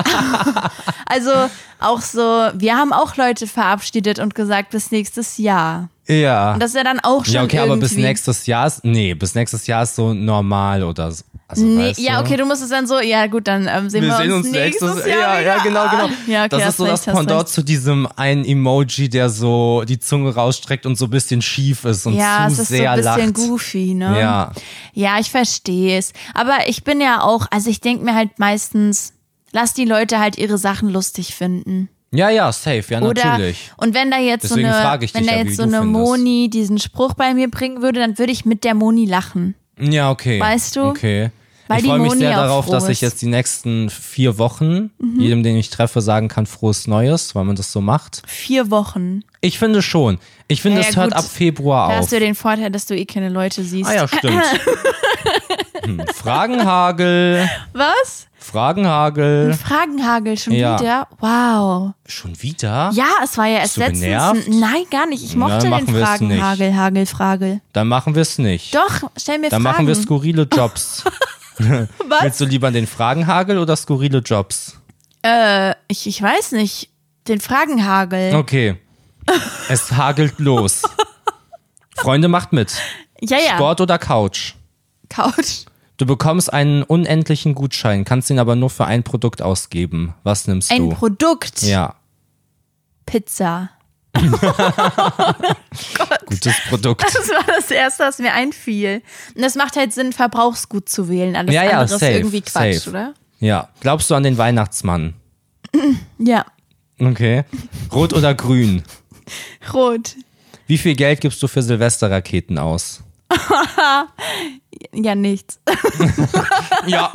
Speaker 1: also auch so, wir haben auch Leute verabschiedet und gesagt, bis nächstes Jahr.
Speaker 2: Ja.
Speaker 1: Und das ist ja dann auch schon
Speaker 2: Ja, okay,
Speaker 1: irgendwie.
Speaker 2: aber bis nächstes Jahr ist, nee, bis nächstes Jahr ist so normal oder so. Also,
Speaker 1: nee,
Speaker 2: weißt
Speaker 1: ja,
Speaker 2: du?
Speaker 1: okay, du musst es dann so, ja gut, dann ähm, sehen wir,
Speaker 2: wir sehen uns
Speaker 1: nächstes,
Speaker 2: nächstes
Speaker 1: Jahr
Speaker 2: Ja, ja,
Speaker 1: wieder.
Speaker 2: genau, genau.
Speaker 1: Ja, okay,
Speaker 2: das
Speaker 1: hast
Speaker 2: ist so
Speaker 1: recht,
Speaker 2: das
Speaker 1: hast
Speaker 2: Pendant
Speaker 1: recht.
Speaker 2: zu diesem einen Emoji, der so die Zunge rausstreckt und so ein bisschen schief ist und
Speaker 1: Ja,
Speaker 2: zu
Speaker 1: es ist so
Speaker 2: sehr
Speaker 1: ein bisschen
Speaker 2: lacht.
Speaker 1: goofy, ne?
Speaker 2: Ja.
Speaker 1: Ja, ich verstehe es. Aber ich bin ja auch, also ich denke mir halt meistens, lass die Leute halt ihre Sachen lustig finden.
Speaker 2: Ja, ja, safe, ja,
Speaker 1: Oder
Speaker 2: natürlich.
Speaker 1: und wenn da jetzt
Speaker 2: Deswegen
Speaker 1: so eine,
Speaker 2: frage ich dich
Speaker 1: wenn da
Speaker 2: ja,
Speaker 1: jetzt
Speaker 2: wie
Speaker 1: so
Speaker 2: du
Speaker 1: eine
Speaker 2: findest.
Speaker 1: Moni diesen Spruch bei mir bringen würde, dann würde ich mit der Moni lachen.
Speaker 2: Ja, okay.
Speaker 1: Weißt du?
Speaker 2: Okay.
Speaker 1: Weil
Speaker 2: ich
Speaker 1: die
Speaker 2: freue mich
Speaker 1: Moni
Speaker 2: sehr
Speaker 1: auch
Speaker 2: darauf,
Speaker 1: froh
Speaker 2: dass
Speaker 1: ist. Mhm.
Speaker 2: ich jetzt die nächsten vier Wochen jedem, den ich treffe, sagen kann, frohes Neues, weil man das so macht.
Speaker 1: Vier Wochen.
Speaker 2: Ich finde schon. Ich finde,
Speaker 1: Ja,
Speaker 2: es
Speaker 1: ja,
Speaker 2: hört
Speaker 1: gut.
Speaker 2: ab Februar
Speaker 1: Da
Speaker 2: auf.
Speaker 1: hast du den Vorteil, dass du eh keine Leute siehst.
Speaker 2: Ah ja, stimmt. hm. Fragenhagel.
Speaker 1: Was?
Speaker 2: Fragenhagel.
Speaker 1: Fragenhagel schon
Speaker 2: Ja.
Speaker 1: wieder? Wow.
Speaker 2: Schon wieder?
Speaker 1: Ja, es war ja erst
Speaker 2: du
Speaker 1: letztens.
Speaker 2: genervt?
Speaker 1: Nein, gar nicht. Ich
Speaker 2: Na,
Speaker 1: mochte
Speaker 2: machen
Speaker 1: den
Speaker 2: wir's
Speaker 1: Fragenhagel, Hagel, Fragel.
Speaker 2: Dann machen wir es nicht.
Speaker 1: Doch, stell mir Fragen.
Speaker 2: Dann machen wir skurrile Jobs. Willst du lieber den Fragenhagel oder skurrile Jobs?
Speaker 1: ich, ich weiß nicht. Den Fragenhagel.
Speaker 2: Okay. Es hagelt los. Freunde, macht mit.
Speaker 1: Ja, ja.
Speaker 2: Sport oder Couch?
Speaker 1: Couch.
Speaker 2: Du bekommst einen unendlichen Gutschein, kannst ihn aber nur für ein Produkt ausgeben. Was nimmst
Speaker 1: Ein
Speaker 2: du?
Speaker 1: Produkt.
Speaker 2: ja,
Speaker 1: Pizza.
Speaker 2: gutes Produkt.
Speaker 1: Das war das Erste, was mir einfiel. Und das macht halt Sinn, Verbrauchsgut zu wählen. Alles
Speaker 2: Ja, ja,
Speaker 1: andere
Speaker 2: safe,
Speaker 1: ist irgendwie Quatsch,
Speaker 2: safe.
Speaker 1: oder?
Speaker 2: Ja, glaubst du an den Weihnachtsmann?
Speaker 1: Ja.
Speaker 2: Okay. Rot oder grün?
Speaker 1: Rot.
Speaker 2: Wie viel Geld gibst du für Silvesterraketen aus?
Speaker 1: Ja, nichts.
Speaker 2: Ja,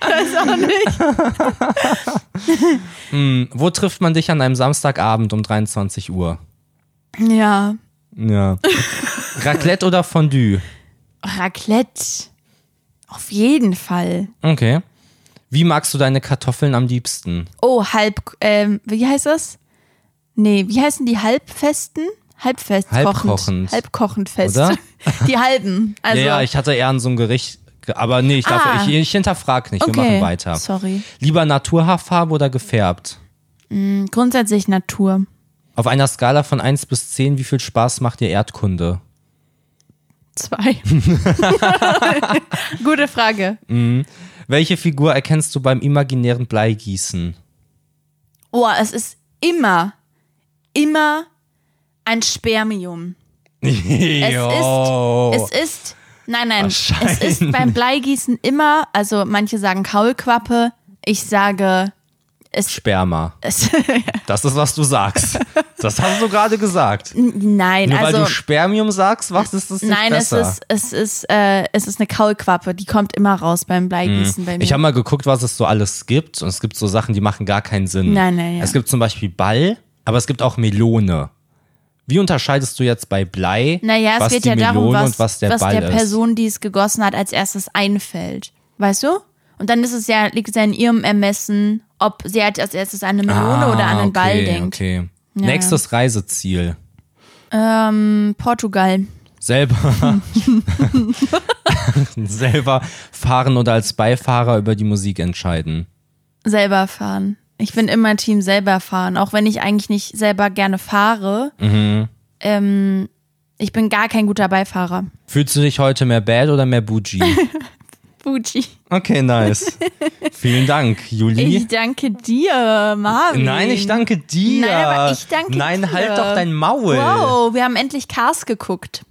Speaker 1: Weiß auch nicht.
Speaker 2: wo trifft man dich an einem Samstagabend um 23 Uhr?
Speaker 1: Ja.
Speaker 2: Ja. Raclette oder Fondue?
Speaker 1: Raclette. Auf jeden Fall.
Speaker 2: Okay. Wie magst du deine Kartoffeln am liebsten?
Speaker 1: Oh, halb, ähm, wie heißt das? Nee, wie heißen die halbfesten? Halbfest, kochend.
Speaker 2: Halbkochend.
Speaker 1: Halbkochend fest.
Speaker 2: Oder?
Speaker 1: Die halben. Also,
Speaker 2: ja, ja, ich hatte eher an so einem Gericht, ge- aber nee, ich, darf,
Speaker 1: Ah.
Speaker 2: ich, ich hinterfrag nicht,
Speaker 1: okay.
Speaker 2: wir machen weiter.
Speaker 1: Sorry.
Speaker 2: Lieber Naturhaarfarbe oder gefärbt?
Speaker 1: Grundsätzlich Natur.
Speaker 2: Auf einer Skala von 1 bis 10, wie viel Spaß macht dir Erdkunde?
Speaker 1: Zwei. Gute Frage.
Speaker 2: Welche Figur erkennst du beim imaginären Bleigießen?
Speaker 1: Oh, es ist immer, immer ein Spermium. Es
Speaker 2: Oh.
Speaker 1: ist, es ist, nein, nein, es ist beim Bleigießen immer, also manche sagen Kaulquappe, ich sage,
Speaker 2: Sperma.
Speaker 1: es,
Speaker 2: Das ist, was du sagst. Das hast du gerade gesagt.
Speaker 1: nein,
Speaker 2: Nur weil
Speaker 1: also,
Speaker 2: du Spermium sagst, was ist das nicht
Speaker 1: nein, es
Speaker 2: besser?
Speaker 1: ist, es ist, äh, es ist eine Kaulquappe, die kommt immer raus beim Bleigießen bei mir.
Speaker 2: Hm. Ich habe mal geguckt, was es so alles gibt. Und es gibt so Sachen, die machen gar keinen Sinn.
Speaker 1: Nein, nein, ja.
Speaker 2: Es gibt zum Beispiel Ball, aber es gibt auch Melone. Wie unterscheidest du jetzt bei Blei,
Speaker 1: naja, es
Speaker 2: was
Speaker 1: geht
Speaker 2: die
Speaker 1: ja
Speaker 2: Melone
Speaker 1: darum, was,
Speaker 2: und was der Ball ist?
Speaker 1: Person, die es gegossen hat, als erstes einfällt. Weißt du? Und dann ist es ja, liegt es ja in ihrem Ermessen, ob sie halt als erstes an eine Melone oder an einen
Speaker 2: Ah, okay,
Speaker 1: Ball denkt.
Speaker 2: Okay. Nächstes Reiseziel.
Speaker 1: Ähm, Portugal.
Speaker 2: Selber, selber fahren oder als Beifahrer über die Musik entscheiden.
Speaker 1: Selber fahren. Ich bin immer Team selber fahren, auch wenn ich eigentlich nicht selber gerne fahre.
Speaker 2: Mhm.
Speaker 1: Ähm, ich bin gar kein guter Beifahrer.
Speaker 2: Fühlst du dich heute mehr bad oder mehr bougie?
Speaker 1: Fuji.
Speaker 2: Okay, nice. Vielen Dank, Juli.
Speaker 1: Ich danke dir, Marvin.
Speaker 2: Nein, ich danke dir.
Speaker 1: Nein, aber ich danke
Speaker 2: Nein,
Speaker 1: dir.
Speaker 2: halt doch dein Maul.
Speaker 1: Wow, wir haben endlich Cars geguckt.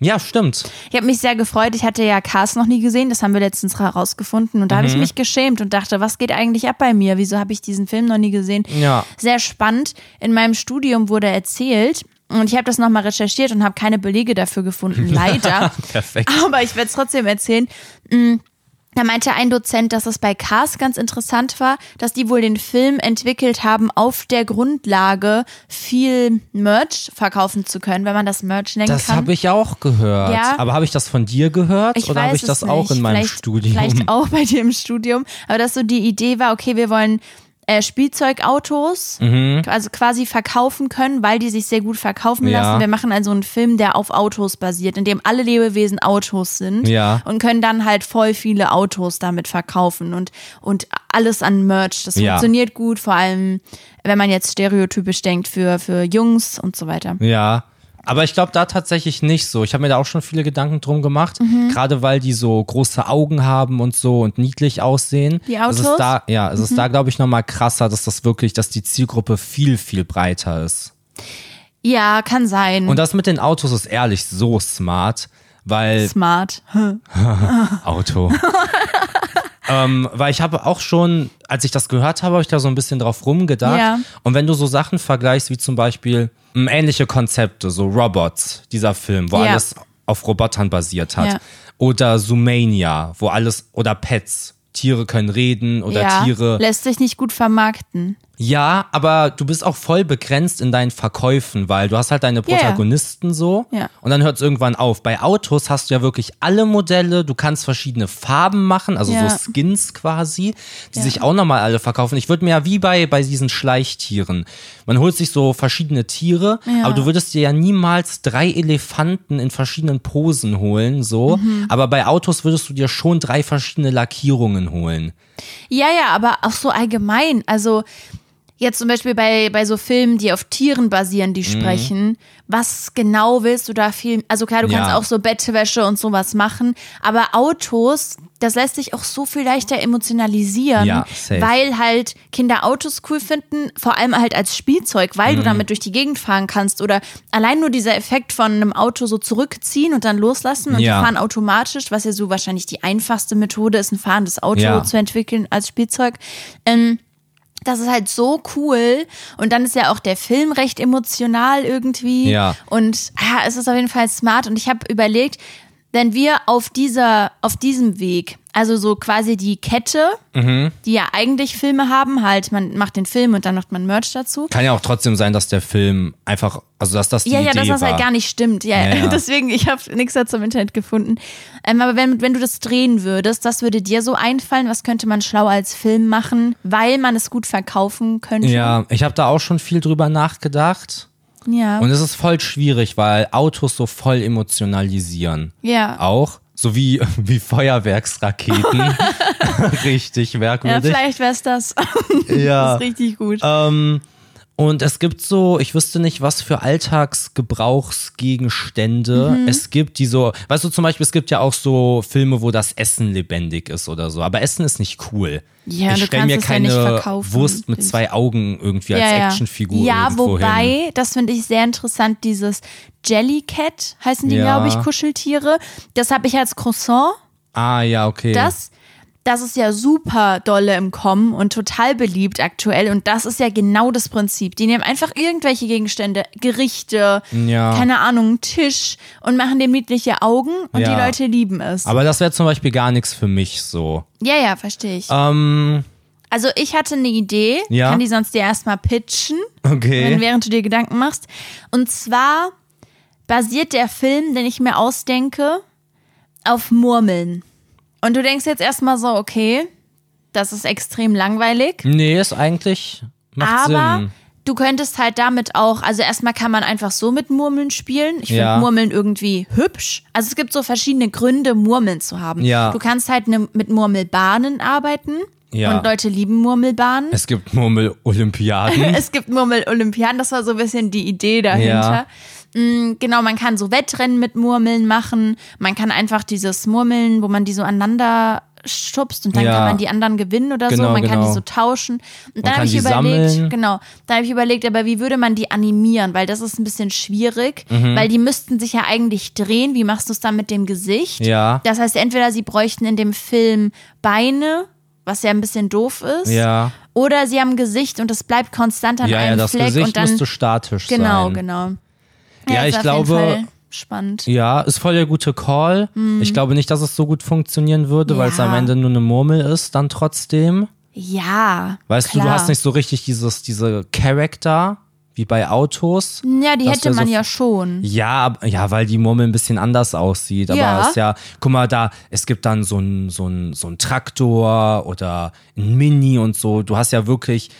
Speaker 2: Ja, stimmt.
Speaker 1: Ich habe mich sehr gefreut. Ich hatte ja Cars noch nie gesehen. Das haben wir letztens herausgefunden. Und da
Speaker 2: Mhm.
Speaker 1: habe ich mich geschämt und dachte, was geht eigentlich ab bei mir? Wieso habe ich diesen Film noch nie gesehen?
Speaker 2: Ja.
Speaker 1: Sehr spannend. In meinem Studium wurde erzählt und ich habe das nochmal recherchiert und habe keine Belege dafür gefunden. Leider.
Speaker 2: Perfekt.
Speaker 1: Aber ich werde es trotzdem erzählen. Mm, Da meinte ein Dozent, dass es bei Cars ganz interessant war, dass die wohl den Film entwickelt haben, auf der Grundlage viel Merch verkaufen zu können, wenn man das Merch nennen
Speaker 2: Das
Speaker 1: kann.
Speaker 2: habe ich auch gehört.
Speaker 1: Ja.
Speaker 2: Aber habe ich das von dir gehört
Speaker 1: Ich
Speaker 2: oder
Speaker 1: weiß
Speaker 2: habe ich das
Speaker 1: es
Speaker 2: auch
Speaker 1: nicht.
Speaker 2: in meinem
Speaker 1: vielleicht,
Speaker 2: Studium?
Speaker 1: Vielleicht auch bei dir im Studium. Aber dass so die Idee war, okay, wir wollen äh, Spielzeugautos, also quasi verkaufen können, weil die sich sehr gut verkaufen
Speaker 2: Mhm. Ja.
Speaker 1: lassen. Wir machen also einen Film, der auf Autos basiert, in dem alle Lebewesen Autos sind
Speaker 2: Ja.
Speaker 1: und können dann halt voll viele Autos damit verkaufen und, und alles an Merch. Das
Speaker 2: Ja.
Speaker 1: funktioniert gut, vor allem wenn man jetzt stereotypisch denkt für, für Jungs und so weiter.
Speaker 2: Ja. Aber ich glaube da tatsächlich nicht so. Ich habe mir da auch schon viele Gedanken drum gemacht,
Speaker 1: Mhm.
Speaker 2: gerade weil die so große Augen haben und so und niedlich aussehen.
Speaker 1: Die
Speaker 2: Es
Speaker 1: Autos? Mhm.
Speaker 2: ist da, ja, es ist da glaube ich noch mal krasser, dass das wirklich, dass die Zielgruppe viel viel breiter ist.
Speaker 1: Ja, kann sein.
Speaker 2: Und das mit den Autos ist ehrlich so smart, weil
Speaker 1: Smart.
Speaker 2: Auto. ähm, weil ich habe auch schon, als ich das gehört habe, habe ich da so ein bisschen drauf rumgedacht.
Speaker 1: Ja.
Speaker 2: Und wenn du so Sachen vergleichst, wie zum Beispiel m, ähnliche Konzepte, so Robots, dieser Film, wo
Speaker 1: Ja.
Speaker 2: alles auf Robotern basiert hat.
Speaker 1: Ja.
Speaker 2: Oder Zoomania, wo alles, oder Pets. Tiere können reden oder
Speaker 1: ja.
Speaker 2: Tiere.
Speaker 1: Lässt sich nicht gut vermarkten.
Speaker 2: Ja, aber du bist auch voll begrenzt in deinen Verkäufen, weil du hast halt deine
Speaker 1: Ja, ja.
Speaker 2: Protagonisten so
Speaker 1: Ja.
Speaker 2: und dann hört es irgendwann auf. Bei Autos hast du ja wirklich alle Modelle, du kannst verschiedene Farben machen, also
Speaker 1: Ja.
Speaker 2: so Skins quasi, die sich auch nochmal alle verkaufen. Ich würde mir ja wie bei, bei diesen Schleichtieren, man holt sich so verschiedene Tiere,
Speaker 1: Ja.
Speaker 2: aber du würdest dir ja niemals drei Elefanten in verschiedenen Posen holen, so.
Speaker 1: Mhm.
Speaker 2: Aber bei Autos würdest du dir schon drei verschiedene Lackierungen holen.
Speaker 1: Ja, ja, aber auch so allgemein. Also jetzt zum Beispiel bei, bei so Filmen, die auf Tieren basieren, die
Speaker 2: Mhm.
Speaker 1: sprechen, was genau willst du da viel? Also klar, du kannst
Speaker 2: Ja.
Speaker 1: auch so Bettwäsche und sowas machen, aber Autos, das lässt sich auch so viel leichter emotionalisieren,
Speaker 2: Ja, safe.
Speaker 1: weil halt Kinder Autos cool finden, vor allem halt als Spielzeug, weil du
Speaker 2: Mhm.
Speaker 1: damit durch die Gegend fahren kannst oder allein nur dieser Effekt von einem Auto so zurückziehen und dann loslassen und
Speaker 2: Ja.
Speaker 1: die fahren automatisch, was ja so wahrscheinlich die einfachste Methode ist, ein fahrendes Auto
Speaker 2: Ja.
Speaker 1: zu entwickeln als Spielzeug. Ähm, das ist halt so cool und dann ist ja auch der Film recht emotional irgendwie
Speaker 2: Ja.
Speaker 1: und ah, es ist auf jeden Fall smart und ich habe überlegt, wenn wir auf dieser auf diesem Weg, also so quasi die Kette,
Speaker 2: Mhm.
Speaker 1: die ja eigentlich Filme haben, halt man macht den Film und dann macht man Merch dazu.
Speaker 2: Kann ja auch trotzdem sein, dass der Film einfach, also dass das die
Speaker 1: Ja,
Speaker 2: Idee
Speaker 1: ja, dass das
Speaker 2: war.
Speaker 1: halt gar nicht stimmt. Ja,
Speaker 2: Ja, ja.
Speaker 1: deswegen, ich habe nichts dazu im Internet gefunden. Ähm, aber wenn, wenn du das drehen würdest, das würde dir so einfallen, was könnte man schlau als Film machen, weil man es gut verkaufen könnte.
Speaker 2: Ja, ich habe da auch schon viel drüber nachgedacht.
Speaker 1: Ja.
Speaker 2: Und es ist voll schwierig, weil Autos so voll emotionalisieren.
Speaker 1: Ja.
Speaker 2: Auch. So wie, wie Feuerwerksraketen. Richtig
Speaker 1: ja,
Speaker 2: merkwürdig.
Speaker 1: vielleicht wäre es das.
Speaker 2: Ja. Ah.
Speaker 1: Das ist richtig gut.
Speaker 2: Ähm, Und es gibt so, ich wüsste nicht, was für Alltagsgebrauchsgegenstände
Speaker 1: Mhm.
Speaker 2: es gibt, die so, weißt du, zum Beispiel, es gibt ja auch so Filme, wo das Essen lebendig ist oder so. Aber Essen ist nicht cool.
Speaker 1: Ja,
Speaker 2: ich
Speaker 1: du
Speaker 2: stell
Speaker 1: kannst
Speaker 2: mir
Speaker 1: es ja nicht
Speaker 2: keine
Speaker 1: verkaufen.
Speaker 2: Wurst mit zwei Augen irgendwie als Actionfigur
Speaker 1: Ja,
Speaker 2: irgendwo hin.
Speaker 1: wobei, das finde ich sehr interessant, dieses Jellycat heißen die,
Speaker 2: Ja.
Speaker 1: glaube ich, Kuscheltiere. Das habe ich als Croissant.
Speaker 2: Ah, ja, okay.
Speaker 1: das, das ist ja super dolle im Kommen und total beliebt aktuell. Und das ist ja genau das Prinzip. Die nehmen einfach irgendwelche Gegenstände, Gerichte,
Speaker 2: Ja.
Speaker 1: keine Ahnung, einen Tisch und machen dem niedliche Augen und
Speaker 2: Ja.
Speaker 1: die Leute lieben es.
Speaker 2: Aber das wäre zum Beispiel gar nichts für mich so.
Speaker 1: ja, ja, verstehe ich.
Speaker 2: Ähm,
Speaker 1: also ich hatte eine Idee,
Speaker 2: Ja.
Speaker 1: kann die sonst dir erstmal pitchen, wenn,
Speaker 2: okay.
Speaker 1: während du dir Gedanken machst. Und zwar basiert der Film, den ich mir ausdenke, auf Murmeln. Und du denkst jetzt erstmal so, okay, das ist extrem langweilig.
Speaker 2: Nee, ist eigentlich. Macht
Speaker 1: Aber
Speaker 2: Sinn.
Speaker 1: du könntest halt damit auch, also erstmal kann man einfach so mit Murmeln spielen. Ich finde
Speaker 2: Ja.
Speaker 1: Murmeln irgendwie hübsch. Also es gibt so verschiedene Gründe, Murmeln zu haben.
Speaker 2: Ja.
Speaker 1: Du kannst halt ne, mit Murmelbahnen arbeiten.
Speaker 2: Ja.
Speaker 1: Und Leute lieben Murmelbahnen.
Speaker 2: Es gibt Murmel-Olympiaden.
Speaker 1: Es gibt Murmel-Olympiaden, das war so ein bisschen die Idee dahinter. Mm, Genau, man kann so Wettrennen mit Murmeln machen. Man kann einfach dieses Murmeln, wo man die so aneinander stupst und dann
Speaker 2: Ja.
Speaker 1: kann man die anderen gewinnen oder so.
Speaker 2: Genau,
Speaker 1: Man kann
Speaker 2: genau.
Speaker 1: die so tauschen. Und dann
Speaker 2: kann
Speaker 1: habe ich
Speaker 2: die
Speaker 1: überlegt,
Speaker 2: sammeln.
Speaker 1: genau, da habe ich überlegt, aber wie würde man die animieren? Weil das ist ein bisschen schwierig,
Speaker 2: Mhm.
Speaker 1: weil die müssten sich ja eigentlich drehen. Wie machst du es dann mit dem Gesicht?
Speaker 2: Ja.
Speaker 1: Das heißt, entweder sie bräuchten in dem Film Beine, was ja ein bisschen doof ist.
Speaker 2: Ja.
Speaker 1: Oder sie haben ein Gesicht und es bleibt konstant an
Speaker 2: Ja,
Speaker 1: einem
Speaker 2: ja, das
Speaker 1: Fleck
Speaker 2: Gesicht
Speaker 1: und dann
Speaker 2: müsste statisch
Speaker 1: genau,
Speaker 2: sein.
Speaker 1: genau.
Speaker 2: Ja,
Speaker 1: ist
Speaker 2: ich
Speaker 1: auf
Speaker 2: glaube-
Speaker 1: jeden Fall spannend.
Speaker 2: Ja, ist voll der gute Call. Ich glaube nicht, dass es so gut funktionieren würde, weil es
Speaker 1: Mhm. Ja.
Speaker 2: am Ende nur eine Murmel ist, dann trotzdem.
Speaker 1: Ja,
Speaker 2: Weißt
Speaker 1: klar.
Speaker 2: du, du hast nicht so richtig dieses, diese Charakter, wie bei Autos.
Speaker 1: Ja, die
Speaker 2: dass
Speaker 1: hätte
Speaker 2: wir so
Speaker 1: man ja schon.
Speaker 2: Ja, ab- ja, weil die Murmel ein bisschen anders aussieht. Aber
Speaker 1: Ja.
Speaker 2: es ist ja, guck mal da, es gibt dann so ein so ein so ein Traktor oder ein Mini und so. Du hast ja wirklich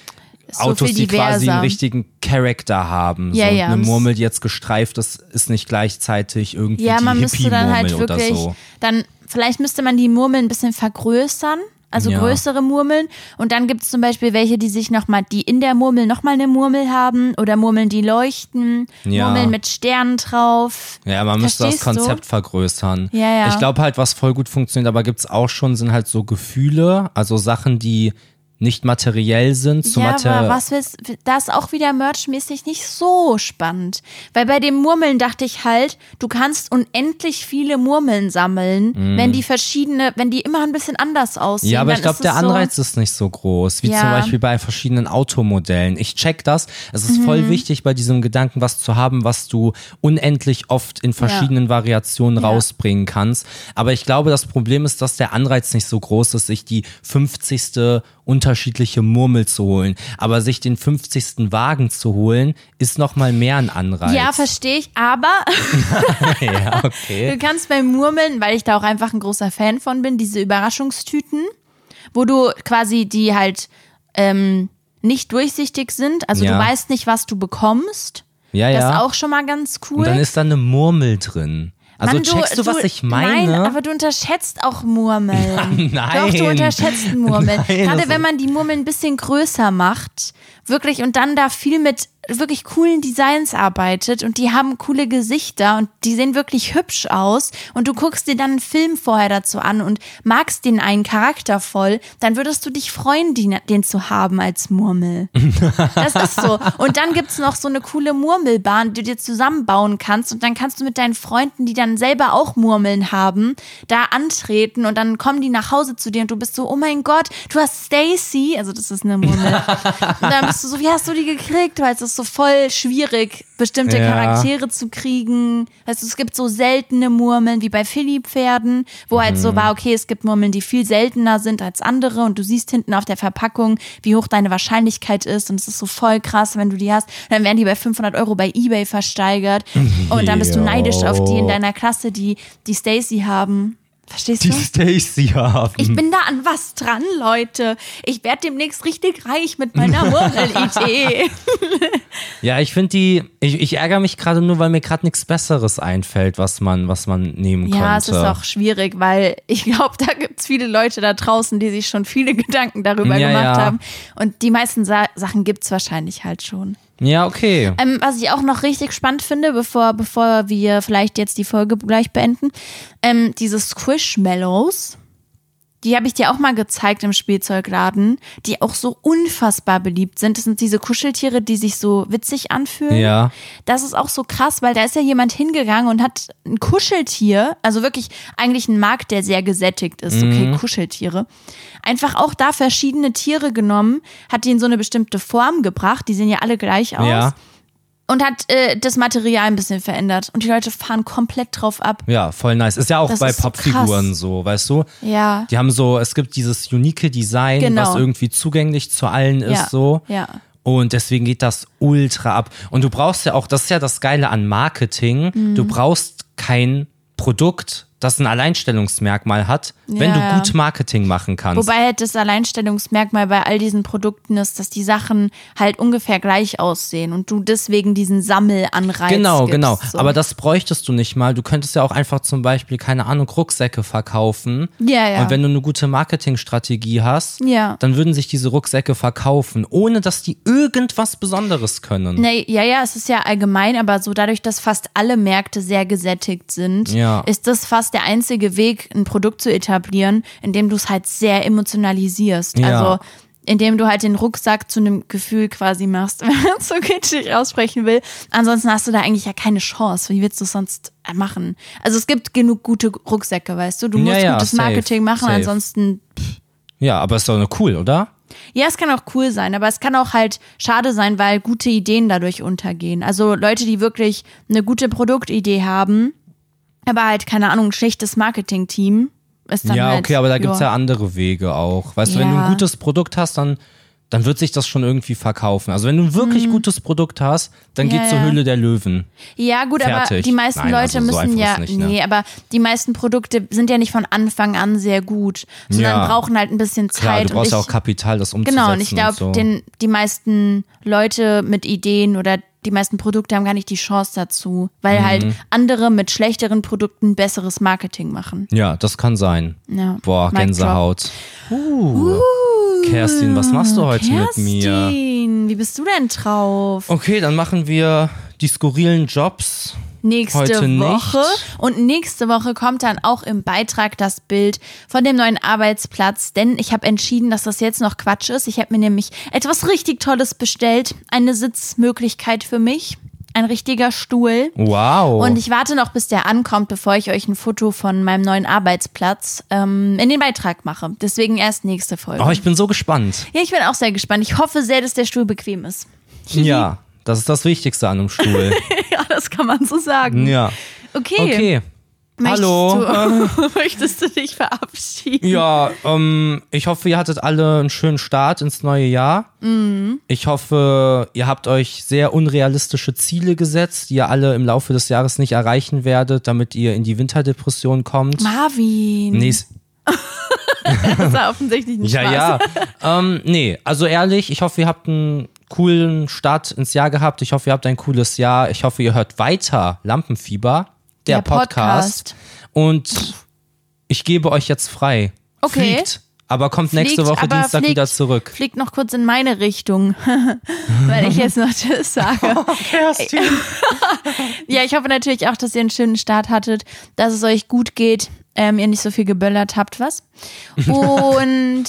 Speaker 1: Ist so
Speaker 2: Autos,
Speaker 1: viel
Speaker 2: die quasi einen
Speaker 1: diverser.
Speaker 2: richtigen Charakter haben.
Speaker 1: Ja,
Speaker 2: so, und
Speaker 1: ja.
Speaker 2: Eine Murmel, die jetzt gestreift ist, ist nicht gleichzeitig irgendwie
Speaker 1: Ja,
Speaker 2: die
Speaker 1: man müsste dann
Speaker 2: Hippie-Murmel
Speaker 1: halt
Speaker 2: oder
Speaker 1: wirklich
Speaker 2: so.
Speaker 1: dann vielleicht müsste man die Murmeln ein bisschen vergrößern. also
Speaker 2: Ja.
Speaker 1: größere Murmeln. Und dann gibt es zum Beispiel welche, die sich nochmal, die in der Murmel nochmal eine Murmel haben oder Murmeln, die leuchten,
Speaker 2: Ja.
Speaker 1: Murmeln mit Sternen drauf.
Speaker 2: Ja, man müsste das
Speaker 1: Verstehst du?
Speaker 2: Konzept vergrößern.
Speaker 1: Ja, ja.
Speaker 2: Ich glaube halt, was voll gut funktioniert, aber gibt's auch schon, sind halt so Gefühle, also Sachen, die nicht materiell sind, zu
Speaker 1: ja,
Speaker 2: Mate
Speaker 1: aber was willst da ist auch wieder merchmäßig nicht so spannend. Weil bei dem Murmeln dachte ich halt, du kannst unendlich viele Murmeln sammeln, wenn die verschiedene, wenn die immer ein bisschen anders aussehen.
Speaker 2: Mhm. Ja, aber
Speaker 1: dann
Speaker 2: ich glaube,
Speaker 1: ist
Speaker 2: der
Speaker 1: es so-
Speaker 2: Anreiz ist nicht so groß, wie
Speaker 1: Ja.
Speaker 2: zum Beispiel bei verschiedenen Automodellen. Ich check das. Es ist
Speaker 1: Mhm.
Speaker 2: voll wichtig, bei diesem Gedanken was zu haben, was du unendlich oft in verschiedenen Variationen rausbringen kannst. Aber ich glaube, das Problem ist, dass der Anreiz nicht so groß ist, sich die 50. unterschiedliche Murmel zu holen. Aber sich den 50. Wagen zu holen, ist nochmal mehr ein Anreiz.
Speaker 1: Ja, verstehe ich, aber
Speaker 2: ja,
Speaker 1: du
Speaker 2: okay.
Speaker 1: kannst beim Murmeln, weil ich da auch einfach ein großer Fan von bin, diese Überraschungstüten, wo du quasi die halt ähm, nicht durchsichtig sind, also
Speaker 2: Ja.
Speaker 1: du weißt nicht, was du bekommst.
Speaker 2: Ja,
Speaker 1: Das ist
Speaker 2: ja.
Speaker 1: auch schon mal ganz cool.
Speaker 2: Und dann ist da eine Murmel drin. Also
Speaker 1: Mann,
Speaker 2: checkst du, was ich meine?
Speaker 1: Nein, aber du unterschätzt auch Murmeln.
Speaker 2: nein.
Speaker 1: Doch, du unterschätzt Murmeln.
Speaker 2: Nein, also
Speaker 1: Gerade
Speaker 2: das-
Speaker 1: wenn man die Murmeln ein bisschen größer macht, wirklich, und dann da viel mit wirklich coolen Designs arbeitet und die haben coole Gesichter und die sehen wirklich hübsch aus und du guckst dir dann einen Film vorher dazu an und magst den einen Charakter voll, dann würdest du dich freuen, die, den zu haben als Murmel. Das ist so. Und dann gibt's noch so eine coole Murmelbahn, die du dir zusammenbauen kannst. Und dann kannst du mit deinen Freunden, die dann selber auch Murmeln haben, da antreten. Und dann kommen die nach Hause zu dir und du bist so, oh mein Gott, du hast Stacy. Also das ist eine Murmel. und dann bist du so, wie hast du die gekriegt? Weil es ist so voll schwierig, bestimmte
Speaker 2: Ja.
Speaker 1: Charaktere zu kriegen. Weißt du, es gibt so seltene Murmeln, wie bei Philly-Pferden, wo halt
Speaker 2: Mhm.
Speaker 1: so war, okay, es gibt Murmeln, die viel seltener sind als andere. Und du siehst hinten auf der Verpackung, wie hoch deine Wahrscheinlichkeit ist. Und es ist so voll krass, wenn du die hast. Und dann werden die bei 500 Euro bei Ebay versteigert. Und dann bist du
Speaker 2: Jo.
Speaker 1: neidisch auf die in deiner Klasse, die, die Stacy haben. Verstehst
Speaker 2: die
Speaker 1: du?
Speaker 2: Stacy haben.
Speaker 1: Ich bin da an was dran, Leute. Ich werde demnächst richtig reich mit meiner Murmel-Idee.
Speaker 2: Ja, ich finde die, ich, ich ärgere mich gerade nur, weil mir gerade nichts Besseres einfällt, was man, was man nehmen könnte.
Speaker 1: Ja, es ist auch schwierig, weil ich glaube, da gibt's viele Leute da draußen, die sich schon viele Gedanken darüber
Speaker 2: Ja,
Speaker 1: gemacht
Speaker 2: ja.
Speaker 1: haben. Und die meisten Sa Sachen gibt's wahrscheinlich halt schon.
Speaker 2: Ja, okay.
Speaker 1: Ähm, was ich auch noch richtig spannend finde, bevor, bevor wir vielleicht jetzt die Folge gleich beenden, ähm, diese Squishmallows, die habe ich dir auch mal gezeigt im Spielzeugladen, die auch so unfassbar beliebt sind. Das sind diese Kuscheltiere, die sich so witzig anfühlen.
Speaker 2: Ja.
Speaker 1: Das ist auch so krass, weil da ist ja jemand hingegangen und hat ein Kuscheltier, also wirklich eigentlich ein Markt, der sehr gesättigt
Speaker 2: Mhm.
Speaker 1: ist, okay, Kuscheltiere. Einfach auch da verschiedene Tiere genommen, hat die in so eine bestimmte Form gebracht, die sehen ja alle gleich aus
Speaker 2: Ja,
Speaker 1: und hat äh, das Material ein bisschen verändert. Und die Leute fahren komplett drauf ab.
Speaker 2: ja, voll nice. Ist ja auch
Speaker 1: Das
Speaker 2: bei
Speaker 1: ist so
Speaker 2: Pappfiguren so, weißt du?
Speaker 1: Ja.
Speaker 2: Die haben so, es gibt dieses unique Design,
Speaker 1: Genau.
Speaker 2: was irgendwie zugänglich zu allen
Speaker 1: Ja,
Speaker 2: ist so.
Speaker 1: ja.
Speaker 2: Und deswegen geht das ultra ab. Und du brauchst ja auch, das ist ja das Geile an Marketing,
Speaker 1: Mhm.
Speaker 2: du brauchst kein Produkt, das ein Alleinstellungsmerkmal hat, wenn
Speaker 1: Ja,
Speaker 2: du
Speaker 1: ja.
Speaker 2: gut Marketing machen kannst.
Speaker 1: Wobei halt das Alleinstellungsmerkmal bei all diesen Produkten ist, dass die Sachen halt ungefähr gleich aussehen und du deswegen diesen Sammelanreiz
Speaker 2: Genau,
Speaker 1: gibst,
Speaker 2: genau.
Speaker 1: So.
Speaker 2: Aber das bräuchtest du nicht mal. Du könntest ja auch einfach zum Beispiel, keine Ahnung, Rucksäcke verkaufen.
Speaker 1: Ja, ja.
Speaker 2: Und wenn du eine gute Marketingstrategie hast,
Speaker 1: Ja.
Speaker 2: dann würden sich diese Rucksäcke verkaufen, ohne dass die irgendwas Besonderes können.
Speaker 1: Nee, ja, ja, es ist ja allgemein, aber so dadurch, dass fast alle Märkte sehr gesättigt sind,
Speaker 2: Ja.
Speaker 1: ist das fast der einzige Weg, ein Produkt zu etablieren, indem du es halt sehr emotionalisierst.
Speaker 2: Ja.
Speaker 1: Also indem du halt den Rucksack zu einem Gefühl quasi machst, wenn man es so kitschig aussprechen will. Ansonsten hast du da eigentlich ja keine Chance. Wie willst du es sonst machen? Also es gibt genug gute Rucksäcke, weißt du. Du
Speaker 2: Ja,
Speaker 1: musst
Speaker 2: ja,
Speaker 1: gutes
Speaker 2: safe,
Speaker 1: Marketing machen,
Speaker 2: safe.
Speaker 1: ansonsten
Speaker 2: Ja, aber ist doch nur cool, oder?
Speaker 1: ja, es kann auch cool sein, aber es kann auch halt schade sein, weil gute Ideen dadurch untergehen. Also Leute, die wirklich eine gute Produktidee haben, aber halt, keine Ahnung, ein schlechtes Marketing-Team ist dann
Speaker 2: ja,
Speaker 1: halt,
Speaker 2: okay, aber da gibt's ja andere Wege auch. Weißt du, wenn du
Speaker 1: Ja.
Speaker 2: ein gutes Produkt hast, dann, dann wird sich das schon irgendwie verkaufen. Also wenn du ein wirklich gutes Produkt hast, dann
Speaker 1: Hm. Ja,
Speaker 2: geht zur
Speaker 1: ja.
Speaker 2: Höhle der Löwen.
Speaker 1: Ja, gut, aber
Speaker 2: Fertig.
Speaker 1: die meisten
Speaker 2: Nein,
Speaker 1: Leute
Speaker 2: also so
Speaker 1: müssen
Speaker 2: einfach
Speaker 1: ja,
Speaker 2: ist nicht, ne?
Speaker 1: nee, aber die meisten Produkte sind ja nicht von Anfang an sehr gut, sondern
Speaker 2: Ja.
Speaker 1: brauchen halt ein bisschen
Speaker 2: Klar,
Speaker 1: Zeit.
Speaker 2: du brauchst
Speaker 1: Genau, und ich,
Speaker 2: ja auch Kapital, das umzusetzen.
Speaker 1: Genau, und ich glaube,
Speaker 2: so.
Speaker 1: den die meisten Leute mit Ideen oder die meisten Produkte haben gar nicht die Chance dazu, weil halt
Speaker 2: Mhm.
Speaker 1: andere mit schlechteren Produkten besseres Marketing machen.
Speaker 2: Ja, das kann sein.
Speaker 1: Ja.
Speaker 2: Boah,
Speaker 1: Mic
Speaker 2: Gänsehaut. Uh. Kerstin, was machst du heute
Speaker 1: Kerstin,
Speaker 2: mit mir?
Speaker 1: wie bist du denn drauf?
Speaker 2: Okay, dann machen wir die skurrilen Jobs.
Speaker 1: nächste
Speaker 2: heute nicht.
Speaker 1: Woche. Und nächste Woche kommt dann auch im Beitrag das Bild von dem neuen Arbeitsplatz, denn ich habe entschieden, dass das jetzt noch Quatsch ist. Ich habe mir nämlich etwas richtig Tolles bestellt, eine Sitzmöglichkeit für mich, ein richtiger Stuhl.
Speaker 2: Wow.
Speaker 1: Und ich warte noch, bis der ankommt, bevor ich euch ein Foto von meinem neuen Arbeitsplatz ähm, in den Beitrag mache. Deswegen erst nächste Folge.
Speaker 2: oh, ich bin so gespannt.
Speaker 1: ja, ich bin auch sehr gespannt. Ich hoffe sehr, dass der Stuhl bequem ist.
Speaker 2: Ja, das ist das Wichtigste an einem Stuhl.
Speaker 1: ja, das kann man so sagen.
Speaker 2: ja.
Speaker 1: Okay.
Speaker 2: Okay.
Speaker 1: Möchtest
Speaker 2: Hallo.
Speaker 1: Du, möchtest du dich verabschieden?
Speaker 2: Ja, ähm, ich hoffe, ihr hattet alle einen schönen Start ins neue Jahr.
Speaker 1: Mhm.
Speaker 2: Ich hoffe, ihr habt euch sehr unrealistische Ziele gesetzt, die ihr alle im Laufe des Jahres nicht erreichen werdet, damit ihr in die Winterdepression kommt.
Speaker 1: Marvin.
Speaker 2: Nächst
Speaker 1: Das war offensichtlich nicht
Speaker 2: ja,
Speaker 1: Spaß.
Speaker 2: ja. ähm, nee, also ehrlich, ich hoffe, ihr habt einen coolen Start ins Jahr gehabt. Ich hoffe, ihr habt ein cooles Jahr. Ich hoffe, ihr hört weiter Lampenfieber, der,
Speaker 1: Der Podcast.
Speaker 2: Podcast. Und ich gebe euch jetzt frei.
Speaker 1: Okay.
Speaker 2: Fliegt, aber kommt nächste
Speaker 1: Fliegt,
Speaker 2: Woche
Speaker 1: aber
Speaker 2: Dienstag
Speaker 1: fliegt,
Speaker 2: wieder zurück.
Speaker 1: Fliegt noch kurz in meine Richtung, weil ich jetzt noch Tschüss sage. Ja, ich hoffe natürlich auch, dass ihr einen schönen Start hattet, dass es euch gut geht, ähm, ihr nicht so viel geböllert habt, was. Und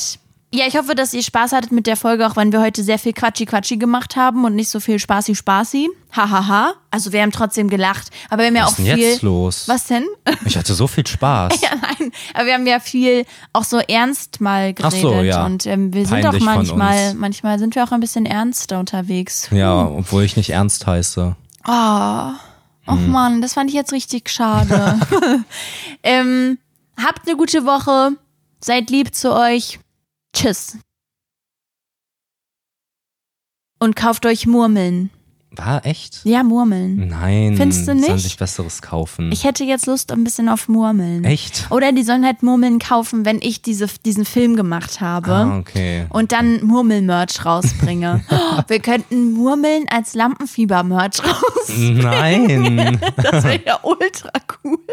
Speaker 1: ja, ich hoffe, dass ihr Spaß hattet mit der Folge, auch wenn wir heute sehr viel Quatschi-Quatschi gemacht haben und nicht so viel Spaßi-Spaßi. Hahaha. Also wir haben trotzdem gelacht, aber wir haben ja
Speaker 2: Was
Speaker 1: auch
Speaker 2: ist denn
Speaker 1: viel...
Speaker 2: jetzt los?
Speaker 1: Was denn?
Speaker 2: Ich hatte so viel Spaß.
Speaker 1: Ja, nein, aber wir haben ja viel auch so ernst mal
Speaker 2: Ach
Speaker 1: geredet
Speaker 2: so, ja.
Speaker 1: und ähm, wir sind auch
Speaker 2: Peinlich von
Speaker 1: manchmal,
Speaker 2: uns.
Speaker 1: manchmal sind wir auch ein bisschen ernster unterwegs.
Speaker 2: Ja, obwohl ich nicht ernst heiße.
Speaker 1: Oh
Speaker 2: Mhm.
Speaker 1: Mann, das fand ich jetzt richtig schade. ähm, habt eine gute Woche, seid lieb zu euch. Tschüss. Und kauft euch Murmeln.
Speaker 2: War echt?
Speaker 1: Ja,
Speaker 2: Mhm.
Speaker 1: Murmeln.
Speaker 2: Nein.
Speaker 1: Findest du
Speaker 2: Sollen
Speaker 1: nicht?
Speaker 2: sich Besseres kaufen.
Speaker 1: Ich hätte jetzt Lust ein bisschen auf Murmeln.
Speaker 2: echt?
Speaker 1: Oder die sollen halt Murmeln kaufen, wenn ich diese, diesen Film gemacht habe.
Speaker 2: Ah, okay.
Speaker 1: und dann Murmel-Merch rausbringe. Oh, Wir könnten Murmeln als Lampenfieber-Merch raus.
Speaker 2: Nein.
Speaker 1: Das wäre ja ultra cool.